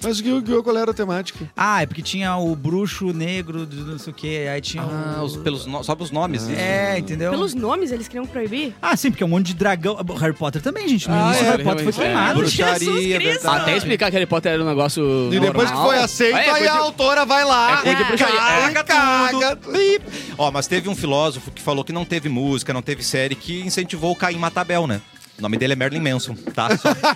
Speaker 5: Mas o Yu-Gi-Oh! qual era a temática?
Speaker 6: Ah, é porque tinha o bruxo negro de não sei o quê, aí tinha
Speaker 1: Ah,
Speaker 6: o...
Speaker 1: os, pelos no- sobe os nomes. isso.
Speaker 6: É, entendeu?
Speaker 4: Pelos nomes eles queriam proibir?
Speaker 6: Ah, sim, porque é um monte de dragão. Harry Potter também, gente. No
Speaker 3: Ah,
Speaker 6: início,
Speaker 3: é,
Speaker 6: Harry Potter foi
Speaker 3: realmente, é.
Speaker 1: Ah,
Speaker 6: queimado. né?
Speaker 4: Jesus
Speaker 1: Bruxaria, é
Speaker 4: Cristo!
Speaker 1: verdade.
Speaker 3: Até explicar que Harry Potter era um negócio
Speaker 5: E depois que
Speaker 3: normal.
Speaker 5: foi aceito, aí
Speaker 3: É, foi de-
Speaker 5: a autora vai lá.
Speaker 3: É coisa de bruxaria.
Speaker 5: Caga, caga. Ih,
Speaker 1: Ah, Ó, mas teve um filósofo que falou que não teve música, não teve série, que incentivou o Caim Matabel, né? O nome dele é Merlin Manson, tá? [LAUGHS] Só,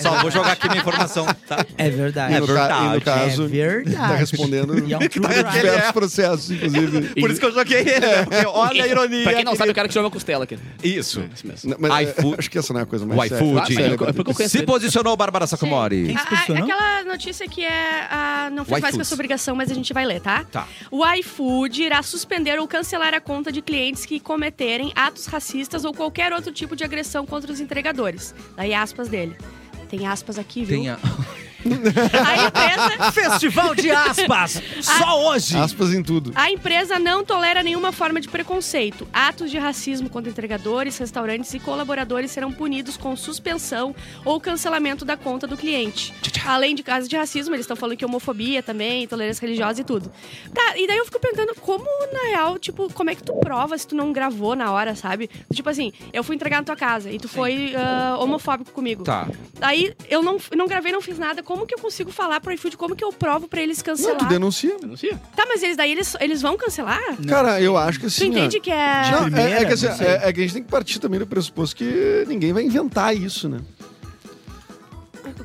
Speaker 1: só vou jogar aqui minha informação, tá?
Speaker 6: É verdade.
Speaker 5: E no, ca- e no
Speaker 1: verdade.
Speaker 5: caso,
Speaker 6: É verdade.
Speaker 5: tá respondendo
Speaker 6: E
Speaker 5: [LAUGHS]
Speaker 6: é um true
Speaker 5: diversos
Speaker 6: crime.
Speaker 5: processos, inclusive.
Speaker 1: Por isso que eu joguei ele, né? Porque olha a ironia.
Speaker 3: Pra quem não sabe, o cara que joga costela aqui.
Speaker 1: Isso.
Speaker 3: Isso mesmo.
Speaker 5: Não, mas, é,
Speaker 1: iFood.
Speaker 5: acho que essa não é a coisa mais
Speaker 1: O iFood.
Speaker 5: séria.
Speaker 3: Ah, mas é porque eu conheço
Speaker 1: Se
Speaker 3: ele.
Speaker 1: posicionou Bárbara Sacomori.
Speaker 6: Quem se
Speaker 4: A- a-
Speaker 6: posicionou?
Speaker 4: aquela notícia que é. ah, não fez
Speaker 1: O
Speaker 4: mais que a
Speaker 1: iFood.
Speaker 4: sua obrigação, mas a gente vai ler, tá?
Speaker 1: Tá.
Speaker 4: O iFood irá suspender ou cancelar a conta de clientes que cometerem atos racistas ou qualquer outro tipo de agressão contra os entregadores. Daí aspas dele. Tem aspas aqui, viu?
Speaker 1: Tem a...
Speaker 4: A empresa,
Speaker 6: Festival de
Speaker 4: [LAUGHS]
Speaker 6: aspas! Só hoje!
Speaker 5: Aspas em tudo.
Speaker 4: a empresa não tolera nenhuma forma de preconceito. Atos de racismo contra entregadores, restaurantes e colaboradores serão punidos com suspensão ou cancelamento da conta do cliente. Além de casos de racismo, eles estão falando que homofobia também, intolerância religiosa e tudo. Tá, e daí eu fico perguntando como, na real, tipo, como é que tu prova se tu não gravou na hora, sabe? Tipo assim, eu fui entregar na tua casa e tu foi ah, homofóbico comigo.
Speaker 1: Tá.
Speaker 4: Aí eu não, não gravei, não fiz nada. Como que eu consigo falar pro iFood? Como que eu provo pra eles
Speaker 5: Não, tu
Speaker 4: cancelar?
Speaker 5: denuncia.
Speaker 3: Denuncia.
Speaker 4: Tá, mas eles daí eles, eles vão cancelar?
Speaker 5: Cara, eu acho que assim.
Speaker 4: Tu entende
Speaker 5: ó,
Speaker 4: que é.
Speaker 5: não, é, é
Speaker 6: Primeira,
Speaker 5: que, assim,
Speaker 6: não sei.
Speaker 5: é- é que a gente tem que partir também do pressuposto que ninguém vai inventar isso, né?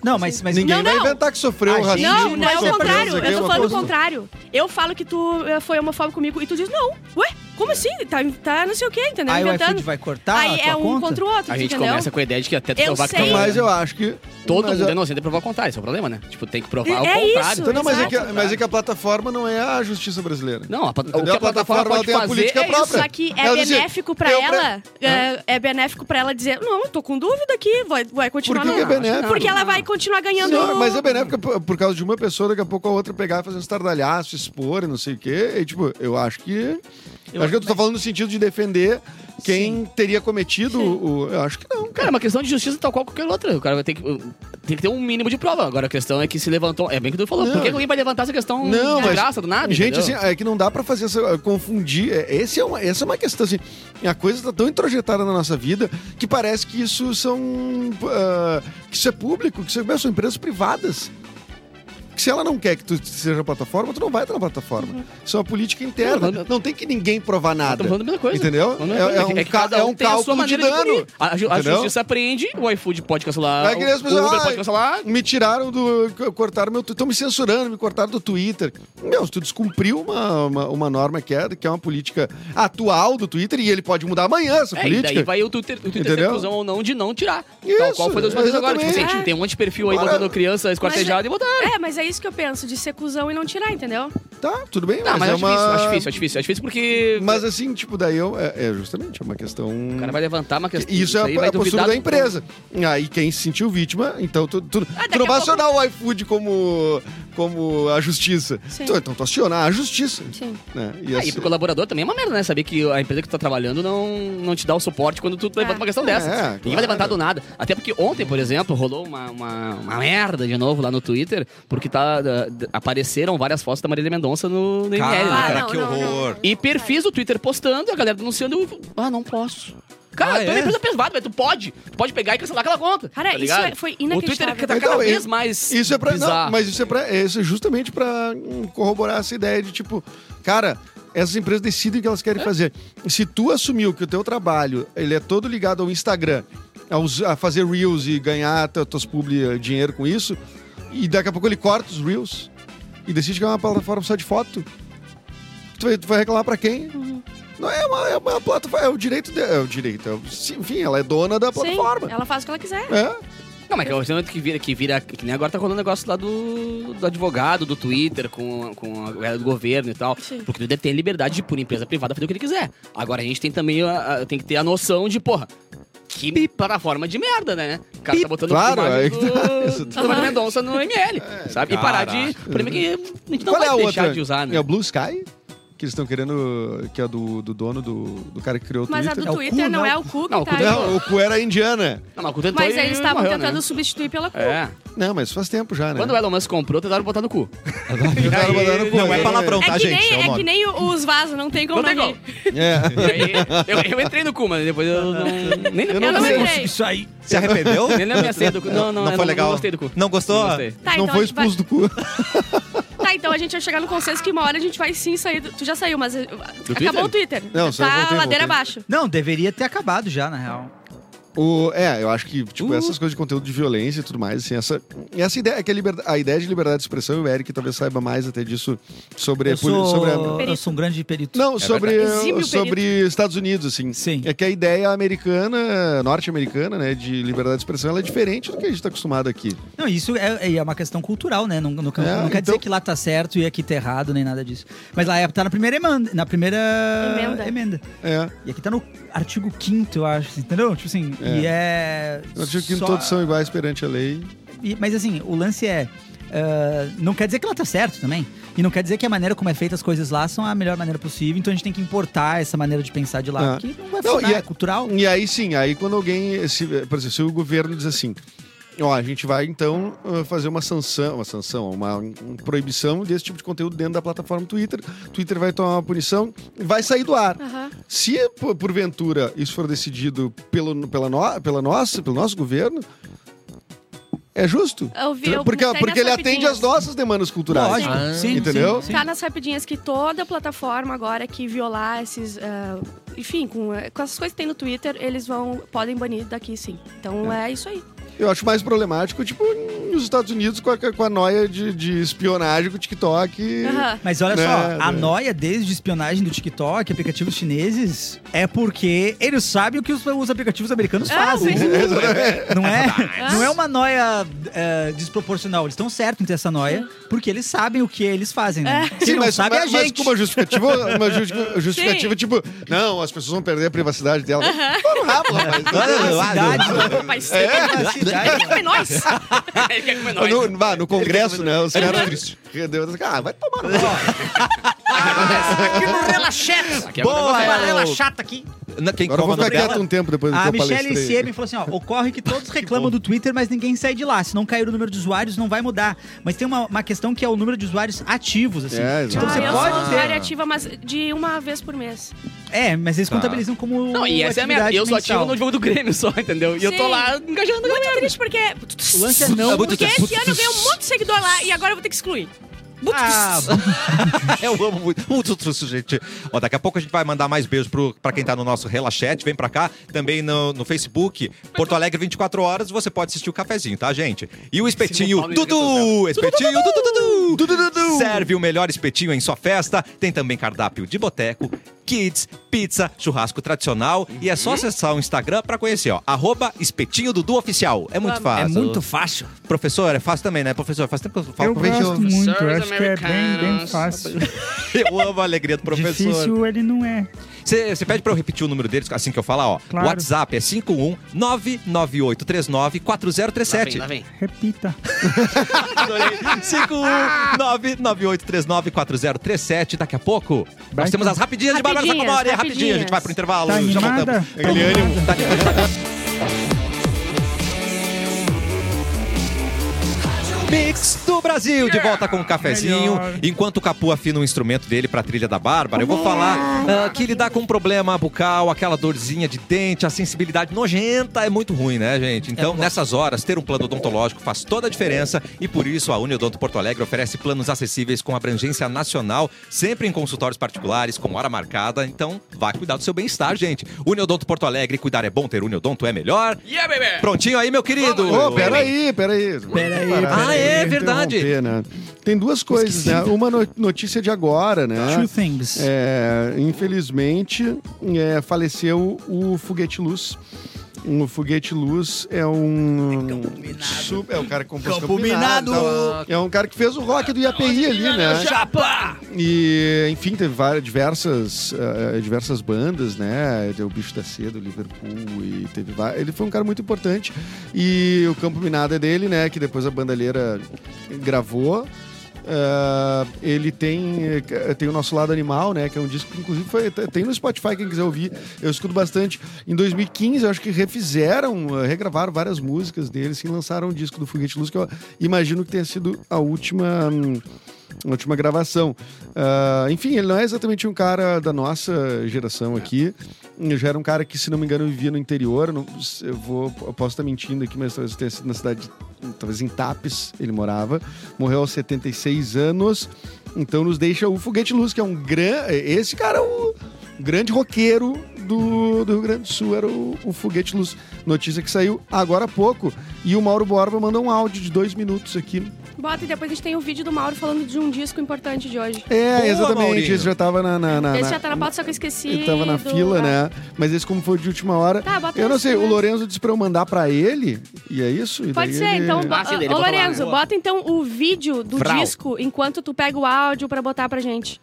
Speaker 6: Não, mas, mas
Speaker 5: ninguém
Speaker 4: Não,
Speaker 5: vai
Speaker 4: não.
Speaker 5: inventar que sofreu
Speaker 6: A gente-
Speaker 5: racismo.
Speaker 4: Não, não é
Speaker 5: sofreu
Speaker 4: o contrário.
Speaker 5: isso aqui,
Speaker 4: Eu tô
Speaker 5: uma
Speaker 4: falando o
Speaker 5: coisa- assim.
Speaker 4: contrário. Eu falo que tu eh, foi homofóbico comigo e tu diz, não. Ué, como assim? Tá, tá não sei o quê, entendeu?
Speaker 6: Aí o
Speaker 4: Inventando.
Speaker 6: iFood vai cortar
Speaker 4: Aí
Speaker 6: a tua
Speaker 4: é um
Speaker 6: conta?
Speaker 4: contra o outro,
Speaker 3: A
Speaker 4: tu
Speaker 3: gente
Speaker 4: entendeu?
Speaker 3: começa com a ideia de que até tu
Speaker 4: Eu
Speaker 3: provar que
Speaker 4: sei.
Speaker 3: não é.
Speaker 5: Mas eu acho que.
Speaker 3: Todo
Speaker 5: mas
Speaker 3: mundo é
Speaker 5: eu-
Speaker 3: inocente pra provar o contrário, esse é o problema, né? Tipo, tem que provar o
Speaker 4: É
Speaker 3: contrário.
Speaker 4: isso,
Speaker 5: Então, não, mas, é que,
Speaker 4: Exato.
Speaker 5: mas é que a plataforma não é a justiça brasileira.
Speaker 3: Não, a, pla- o que
Speaker 5: Entendeu?
Speaker 3: a
Speaker 5: A plataforma,
Speaker 3: plataforma
Speaker 5: ela
Speaker 3: pode
Speaker 5: tem a
Speaker 3: fazer
Speaker 5: política
Speaker 3: é isso.
Speaker 5: própria.
Speaker 4: Só que é
Speaker 5: Ela disse,
Speaker 4: benéfico pra
Speaker 5: eu pre-
Speaker 4: ela. É, é benéfico pra ela dizer, não, eu tô com dúvida aqui, vai, vai continuar
Speaker 5: Por que
Speaker 4: não.
Speaker 5: que é benéfico?
Speaker 4: Porque ela vai continuar ganhando.
Speaker 5: Não, mas é benéfica por, por causa de uma pessoa, daqui a pouco a outra pegar e fazer um estardalhaço, expor e não sei o quê. E, tipo, eu acho que. Eu acho que tu tá falando no sentido de defender quem teria cometido o. Eu acho que não.
Speaker 3: Cara, é uma questão de justiça tal qual qualquer outra. O cara vai ter que, tem que ter um mínimo de prova. Agora a questão é que se levantou. É bem que tu falou.
Speaker 5: Não.
Speaker 3: Por que que alguém vai levantar essa questão
Speaker 5: Não,
Speaker 3: de
Speaker 5: mas-
Speaker 3: graça do nada?
Speaker 5: Gente,
Speaker 3: entendeu?
Speaker 5: assim, é que não dá pra fazer essa, confundir. É, Esse é uma, essa é uma questão, assim. A coisa tá tão introjetada na nossa vida que parece que isso são. ah, que isso é público, que isso é- são empresas privadas. Que se ela não quer que tu seja plataforma, tu não vai estar na plataforma. Isso é uma política interna.
Speaker 3: Uhum. Não,
Speaker 5: Não,
Speaker 3: não-
Speaker 5: tem que ninguém provar nada.
Speaker 3: Estamos falando da mesma coisa.
Speaker 5: Entendeu?
Speaker 3: Falando da
Speaker 5: É,
Speaker 3: mesma
Speaker 5: é
Speaker 3: coisa.
Speaker 5: um,
Speaker 3: que
Speaker 5: ca-
Speaker 3: cada
Speaker 5: é
Speaker 3: um
Speaker 5: um
Speaker 3: tem a sua
Speaker 5: cálculo de
Speaker 3: maneira
Speaker 5: dano.
Speaker 3: punir. A, a ju- a
Speaker 5: Entendeu?
Speaker 3: justiça apreende, o iFood pode cancelar,
Speaker 5: É que nem as
Speaker 3: o
Speaker 5: pessoas,
Speaker 3: Uber
Speaker 5: "Ah,
Speaker 3: pode cancelar.
Speaker 5: Me tiraram do. c- Cortaram meu. Estão me censurando, me cortaram do Twitter. Meu, se tu descumpriu uma, uma, uma norma que é, que é uma política atual do Twitter e ele pode mudar amanhã essa
Speaker 3: É, e
Speaker 5: política.
Speaker 3: daí vai o Twitter, o Twitter ter
Speaker 5: Entendeu?
Speaker 3: conclusão ou não de não tirar.
Speaker 5: Isso,
Speaker 3: tal qual foi da última vez agora. Tipo,
Speaker 5: exatamente.
Speaker 3: assim, tem um monte de perfil aí
Speaker 5: Bora.
Speaker 3: botando criança esquartejada e botaram.
Speaker 4: É, mas é isso que eu penso, de ser cuzão e não tirar, entendeu?
Speaker 5: Tá, tudo bem,
Speaker 3: Não, mas,
Speaker 5: mas,
Speaker 3: é,
Speaker 5: é uma.
Speaker 3: difícil, é difícil, é difícil. É difícil porque
Speaker 5: Mas assim, tipo, daí eu. É, é justamente, é uma questão.
Speaker 3: o cara vai levantar uma questão.
Speaker 5: Isso é
Speaker 3: aí
Speaker 5: a,
Speaker 3: vai
Speaker 5: a postura
Speaker 3: duvidar
Speaker 5: da
Speaker 3: do-
Speaker 5: empresa. Aí quem se sentiu vítima, então tu, tu,
Speaker 4: Ah,
Speaker 5: tu
Speaker 4: daqui
Speaker 5: não
Speaker 4: a
Speaker 5: vai
Speaker 4: pouco-
Speaker 5: acionar o iFood como, como a justiça.
Speaker 4: Sim.
Speaker 5: Tu- então tu acionar a justiça.
Speaker 4: Sim.
Speaker 5: Né?
Speaker 3: Ah,
Speaker 5: assim-
Speaker 3: e pro colaborador também é uma merda, né? Saber que a empresa que tu tá trabalhando não, não te dá o suporte quando tu levanta uma questão dessa.
Speaker 5: É,
Speaker 3: Ninguém
Speaker 5: claro.
Speaker 3: vai levantar do nada. Até porque ontem, por exemplo, rolou uma, uma, uma merda de novo lá no Twitter, porque tá, da- da- apareceram várias fotos da Marília Mendonça no, no ML, né,
Speaker 4: Ah,
Speaker 3: cara?
Speaker 1: Cara,
Speaker 4: não,
Speaker 1: que
Speaker 4: não, não,
Speaker 1: horror.
Speaker 3: E perfis do Twitter postando, a galera denunciando. eu- Ah, não posso. Cara,
Speaker 6: Ah,
Speaker 3: tu é uma
Speaker 6: é?
Speaker 3: empresa privada, velho. Tu pode. Tu pode pegar e cancelar aquela conta.
Speaker 4: Cara,
Speaker 3: tá
Speaker 4: isso
Speaker 3: ligado?
Speaker 4: é- foi
Speaker 3: O Twitter
Speaker 4: inacreditável.
Speaker 3: tá cada
Speaker 5: Então,
Speaker 3: vez
Speaker 5: isso-
Speaker 3: mais.
Speaker 5: Isso é pra. Não,
Speaker 3: bizarro.
Speaker 5: mas isso é pra. é, Isso é justamente pra hum, corroborar essa ideia de tipo, cara. Essas empresas decidem o que elas querem
Speaker 4: É.
Speaker 5: fazer. Se tu assumiu que o teu trabalho ele é todo ligado ao Instagram, aos- a fazer reels e ganhar tu- tuas publi eh, dinheiro com isso, e daqui a pouco ele corta os reels e decide que é uma plataforma só de foto, tu vai, tu vai reclamar pra quem?
Speaker 4: Uhum.
Speaker 5: Não é uma, é uma plataforma, é o direito de, é o direito. é o- enfim, ela é dona da
Speaker 4: Sim,
Speaker 5: plataforma.
Speaker 4: ela faz o que ela quiser.
Speaker 5: É.
Speaker 3: Não, mas que é o momento que vira, que vira. Que nem agora tá rolando o negócio lá do, do advogado, do Twitter, com, com a galera do governo e tal.
Speaker 4: Sim.
Speaker 3: Porque o Twitter tem liberdade de, por empresa privada, fazer o que ele quiser. Agora a gente tem também a, a- tem que ter a noção de, porra, que plataforma de merda, né? O cara tá botando
Speaker 5: Claro,
Speaker 3: imagem
Speaker 5: é que tá- [LAUGHS]
Speaker 3: do,
Speaker 5: isso
Speaker 3: do Maria Mendonça no ML. sabe? E parar de. O problema é que a gente não
Speaker 5: Qual é a
Speaker 3: vai deixar
Speaker 5: outra?
Speaker 3: de usar, né?
Speaker 5: É o Blue Sky? Que eles estão querendo. Que é do, do dono do, do cara que criou o
Speaker 4: Mas a
Speaker 5: Twitter.
Speaker 4: do
Speaker 6: É o
Speaker 4: Twitter
Speaker 6: cu,
Speaker 4: não
Speaker 6: não.
Speaker 4: é o cu
Speaker 3: Não,
Speaker 4: que
Speaker 3: o
Speaker 4: tá.
Speaker 3: cu não.
Speaker 5: Não, o cu era indiana.
Speaker 3: Não, mas o tentou
Speaker 4: Mas
Speaker 3: e
Speaker 4: eles estavam
Speaker 3: morreu,
Speaker 4: tentando
Speaker 3: né?
Speaker 4: substituir pela cu.
Speaker 3: É.
Speaker 5: Não, mas faz tempo já, né?
Speaker 3: Quando é? o Elon Musk comprou, tentaram botar
Speaker 5: [LAUGHS]
Speaker 3: no cu.
Speaker 5: Tentaram botar no cu,
Speaker 1: Não é palavrão,
Speaker 4: É
Speaker 1: tá,
Speaker 4: que,
Speaker 1: gente?
Speaker 4: nem,
Speaker 1: é o
Speaker 4: é
Speaker 1: nome.
Speaker 4: que nem o- os vasos, não tem como
Speaker 3: Não tem
Speaker 4: dar jeito.
Speaker 5: É.
Speaker 4: Tá,
Speaker 3: E aí, eu, eu entrei no cu, mas depois eu não. Nem
Speaker 5: Eu
Speaker 3: lembro.
Speaker 5: não
Speaker 4: Eu não
Speaker 5: sei.
Speaker 4: entrei.
Speaker 6: Isso aí.
Speaker 1: Se arrependeu?
Speaker 3: Nem lembro minha senha do cu. Não, não,
Speaker 1: Não
Speaker 3: eu
Speaker 1: foi legal.
Speaker 3: Não gostei do cu.
Speaker 1: Não gostou?
Speaker 3: gostei.
Speaker 4: Tá,
Speaker 5: não
Speaker 4: então
Speaker 5: foi
Speaker 4: a gente vai-
Speaker 5: expulso do
Speaker 4: [LAUGHS]
Speaker 5: cu.
Speaker 4: Tá, então a gente vai chegar no consenso que uma hora a gente vai sim sair. do- Tu já saiu, mas eh,
Speaker 3: Twitter?
Speaker 4: acabou o Twitter.
Speaker 5: Não, saiu,
Speaker 4: tá
Speaker 5: voltei, voltei.
Speaker 4: ladeira abaixo.
Speaker 6: Não, deveria ter acabado já, na real.
Speaker 5: O, é, eu acho que,
Speaker 3: Uh.
Speaker 5: tipo, essas coisas de conteúdo de violência e tudo mais, assim, essa, essa ideia, que a, liberda- a ideia de liberdade de expressão, e o Eric talvez saiba mais até disso sobre.
Speaker 6: Eu sou,
Speaker 5: sobre a-
Speaker 6: eu sou um grande perito.
Speaker 3: É
Speaker 5: Não, sobre,
Speaker 4: verdade. Exímio
Speaker 5: sobre Estados Unidos, assim.
Speaker 6: Sim.
Speaker 5: É que a ideia americana, norte-americana, né, de liberdade de expressão, ela é diferente do que a gente está acostumado aqui.
Speaker 6: Não, isso é, é uma questão cultural, né? Não, não, não
Speaker 5: É,
Speaker 6: quer
Speaker 5: então-
Speaker 6: dizer que lá tá certo e aqui tá errado, nem nada disso. Mas lá é, tá na primeira emenda. Na primeira
Speaker 4: Emenda.
Speaker 5: É.
Speaker 6: E aqui tá no artigo 5 eu acho, entendeu? Tipo assim, e é.
Speaker 5: Eu acho que
Speaker 6: só-
Speaker 5: todos são iguais perante a lei.
Speaker 6: e- mas assim, o lance é. ah, não quer dizer que ela tá certo também. E não quer dizer que a maneira como é feita as coisas lá são a melhor maneira possível. Então a gente tem que importar essa maneira de pensar de lá.
Speaker 5: Ah.
Speaker 6: Que não vai
Speaker 5: Não,
Speaker 6: funcionar,
Speaker 5: e a-
Speaker 6: é cultural.
Speaker 5: E aí sim, aí quando alguém, se, por exemplo, se o governo diz assim, ó, a gente vai então eh, fazer uma sanção, uma sanção, uma, um- proibição desse tipo de conteúdo dentro da plataforma Twitter, Twitter vai tomar uma punição e vai sair do ar.
Speaker 4: Aham.
Speaker 5: Se por- porventura isso for decidido pelo, pela, no, pela nossa, pelo nosso governo, é justo.
Speaker 4: Eu vi, eu
Speaker 5: porque
Speaker 4: postei
Speaker 5: porque
Speaker 4: nas
Speaker 5: ele atende
Speaker 4: rapidinhas.
Speaker 5: às nossas demandas culturais.
Speaker 6: Lógico,
Speaker 7: Ah,
Speaker 6: sim, sim,
Speaker 5: entendeu?
Speaker 6: sim.
Speaker 4: Tá nas rapidinhas que toda plataforma agora que violar esses. ah, enfim, com, eh, com essas coisas que tem no Twitter, eles vão podem banir daqui sim. Então é, isso aí.
Speaker 5: Eu acho mais problemático, tipo, nos Estados Unidos com a, com a noia de, de espionagem com o TikTok.
Speaker 4: Aham.
Speaker 6: Mas olha
Speaker 5: Né,
Speaker 6: só, a
Speaker 5: né.
Speaker 6: noia desde espionagem do TikTok, aplicativos chineses, é porque eles sabem o que os, os aplicativos americanos
Speaker 4: Ah,
Speaker 6: fazem.
Speaker 4: sim.
Speaker 6: Não é,
Speaker 4: verdade.
Speaker 6: não é uma noia é, desproporcional. Eles estão certos em ter essa noia, porque eles sabem o que eles fazem, né?
Speaker 4: É.
Speaker 6: Se não sabe a
Speaker 5: mas
Speaker 6: gente.
Speaker 5: com uma justificativa, [LAUGHS] uma justi- justificativa
Speaker 4: Sim.
Speaker 5: tipo, não, as pessoas vão perder a privacidade dela. Vamos rápido, [LAUGHS] rapaz.
Speaker 6: Privacidade,
Speaker 4: Mas é
Speaker 6: privacidade.
Speaker 4: nós.
Speaker 3: Ele quer comer nós.
Speaker 5: No, bah, no Congresso, né? Os
Speaker 1: Ele
Speaker 5: caras.
Speaker 1: fica
Speaker 5: [LAUGHS]
Speaker 1: triste.
Speaker 5: Ah, vai tomar no cu.
Speaker 6: Aqui no relaxete.
Speaker 3: Aqui é
Speaker 1: Boa,
Speaker 3: uma-
Speaker 1: Ela-
Speaker 6: chata aqui.
Speaker 1: Na- Quem
Speaker 5: Agora eu vou
Speaker 1: como é o nome
Speaker 5: ficar quieto
Speaker 1: dela?
Speaker 5: um tempo depois do que
Speaker 6: A
Speaker 5: eu
Speaker 6: Michelle
Speaker 5: palestrei.
Speaker 6: ICM falou assim: ó, ocorre
Speaker 5: [LAUGHS]
Speaker 6: que todos reclamam do Twitter, mas ninguém sai de lá. Se não cair o número de usuários, não vai mudar. Mas tem uma, uma questão que é o número de usuários ativos, assim.
Speaker 5: É,
Speaker 6: então você
Speaker 4: ah, eu sou
Speaker 6: pode ter.
Speaker 4: usuária ativa, mas de uma vez por mês.
Speaker 6: É, mas eles
Speaker 1: Tá.
Speaker 6: contabilizam como.
Speaker 3: Não, e essa é a minha.
Speaker 6: atividade
Speaker 3: Eu sou ativo
Speaker 6: mensal.
Speaker 3: no jogo do Grêmio só, entendeu? E eu tô
Speaker 4: Sim.
Speaker 3: lá engajando a
Speaker 4: Muito
Speaker 3: galera.
Speaker 4: triste porque.
Speaker 6: O lance é não.
Speaker 1: É muito
Speaker 4: Porque
Speaker 1: triste.
Speaker 4: esse ano eu ganhei um monte de seguidor lá e agora eu vou ter que excluir. Muito
Speaker 6: Ah,
Speaker 4: triste.
Speaker 1: [LAUGHS] Eu amo muito. Muito susto, gente. Ó, daqui a pouco a gente vai mandar mais beijos pro, pra quem tá no nosso Relaxete. Vem pra cá. Também no, no Facebook, Porto Alegre 24 horas. Você pode assistir o cafezinho, tá, gente? E o espetinho
Speaker 3: Paulo em
Speaker 1: Dudu! Espetinho Dudu! Dudu! Dudu! Serve o melhor espetinho em sua festa. Tem também cardápio de boteco. Kids, pizza, churrasco tradicional. E é só acessar o Instagram pra conhecer, ó. Arroba espetinho Dudu Oficial. É muito
Speaker 4: Vamos.
Speaker 1: fácil.
Speaker 6: é muito fácil.
Speaker 1: Professor, é fácil também, né? Professor, faz tempo que eu falo com o
Speaker 8: muito,
Speaker 3: Professores
Speaker 8: acho que é bem, bem
Speaker 3: americanos. [LAUGHS]
Speaker 8: fácil.
Speaker 1: [LAUGHS] Eu amo a alegria do professor.
Speaker 8: Difícil ele não é.
Speaker 1: Você pede pra eu repetir o número deles assim que eu falar, ó.
Speaker 8: Claro.
Speaker 1: WhatsApp é 51 99839 4037.
Speaker 3: Lá vem, lá vem.
Speaker 8: Repita.
Speaker 1: [LAUGHS] 51 99839 4037. Daqui a pouco, nós
Speaker 8: Vai,
Speaker 1: temos as rapidinhas de Bárbara
Speaker 4: Rapidinhas,
Speaker 1: Sacomori. É rapidinho, a
Speaker 4: rapidinhas.
Speaker 1: gente vai pro intervalo.
Speaker 8: Tá
Speaker 1: já voltamos.
Speaker 8: animada?
Speaker 5: Eliane,
Speaker 1: Tá animada. Mix do Brasil, de volta com o cafezinho.
Speaker 8: Melhor.
Speaker 1: Enquanto o Capu afina um instrumento dele pra trilha da Bárbara, eu vou falar ah, que ele dá com um problema bucal, aquela dorzinha de dente, a sensibilidade nojenta é muito ruim, né, gente? Então, nessas horas, ter um plano odontológico faz toda a diferença e por isso a Uniodonto Porto Alegre oferece planos acessíveis com abrangência nacional, sempre em consultórios particulares, com hora marcada. Então, vai cuidar do seu bem-estar, gente. Uniodonto Porto Alegre, cuidar é bom, ter Uniodonto é melhor.
Speaker 3: Yeah, bebê!
Speaker 1: Prontinho aí, meu querido?
Speaker 5: Ô, peraí, peraí. Peraí,
Speaker 1: Ah, é verdade.
Speaker 5: né? Tem duas coisas, né? Uma no- notícia de agora, né?
Speaker 6: Two things.
Speaker 5: É, infelizmente, é, faleceu o Foguete Luz. O Foguete Luz é um. Sup- É o cara que compôs
Speaker 6: Campo
Speaker 5: Campo Minado.
Speaker 6: Minado.
Speaker 5: É um cara que fez o rock do IAPI ali, né?
Speaker 3: Chapa!
Speaker 5: E, enfim, teve várias, diversas, eh, diversas bandas, né? Teve o Bicho da Seda, o Liverpool, e teve va- Ele foi um cara muito importante. E o Campo Minado é dele, né? Que depois a bandalheira gravou. Ah, ele tem, eh, ca- tem o Nosso Lado Animal, né? Que é um disco que, inclusive, foi, t- tem no Spotify, quem quiser ouvir. Eu escuto bastante. Em 2015, eu acho que refizeram, eh, regravaram várias músicas dele, assim, lançaram um disco do Foguete Luz, que eu imagino que tenha sido a última... hum, na última gravação. Ah, enfim, ele não é exatamente um cara da nossa geração aqui. Ele Já era um cara que, se não me engano, vivia no interior. Não- eu, vou, eu posso estar mentindo aqui, mas talvez tenha sido na cidade, de- talvez em Tapes ele morava. Morreu aos 76 anos. Então nos deixa o Foguete Luz, que é um grande. Esse cara é o grande roqueiro do, do Rio Grande do Sul, era o, o Foguete Luz. Notícia que saiu agora há pouco. E o Mauro Borba mandou um áudio de dois minutos aqui.
Speaker 4: Bota e depois a gente tem o vídeo do Mauro falando de um disco importante de hoje.
Speaker 5: É,
Speaker 1: Boa,
Speaker 5: exatamente.
Speaker 1: Maurinho.
Speaker 5: Esse já tava na. na, Ah, na
Speaker 4: Esse
Speaker 5: na-
Speaker 4: já tá na pauta, só que eu esqueci.
Speaker 5: ele tava na
Speaker 4: do-
Speaker 5: fila,
Speaker 4: Ah,
Speaker 5: né? Mas esse, como foi de última hora.
Speaker 4: Tá, bota
Speaker 5: eu não
Speaker 4: esse
Speaker 5: sei, o
Speaker 4: mesmo.
Speaker 5: Lorenzo disse pra eu mandar pra ele, e é isso? E
Speaker 4: Pode
Speaker 5: daí
Speaker 4: ser,
Speaker 5: ele-
Speaker 4: então. bo-
Speaker 3: Ah, sim, dele,
Speaker 4: Ô,
Speaker 3: bota lá,
Speaker 4: Lorenzo,
Speaker 3: né?
Speaker 4: bota então o vídeo do
Speaker 1: Vral.
Speaker 4: disco enquanto tu pega o áudio pra botar pra gente.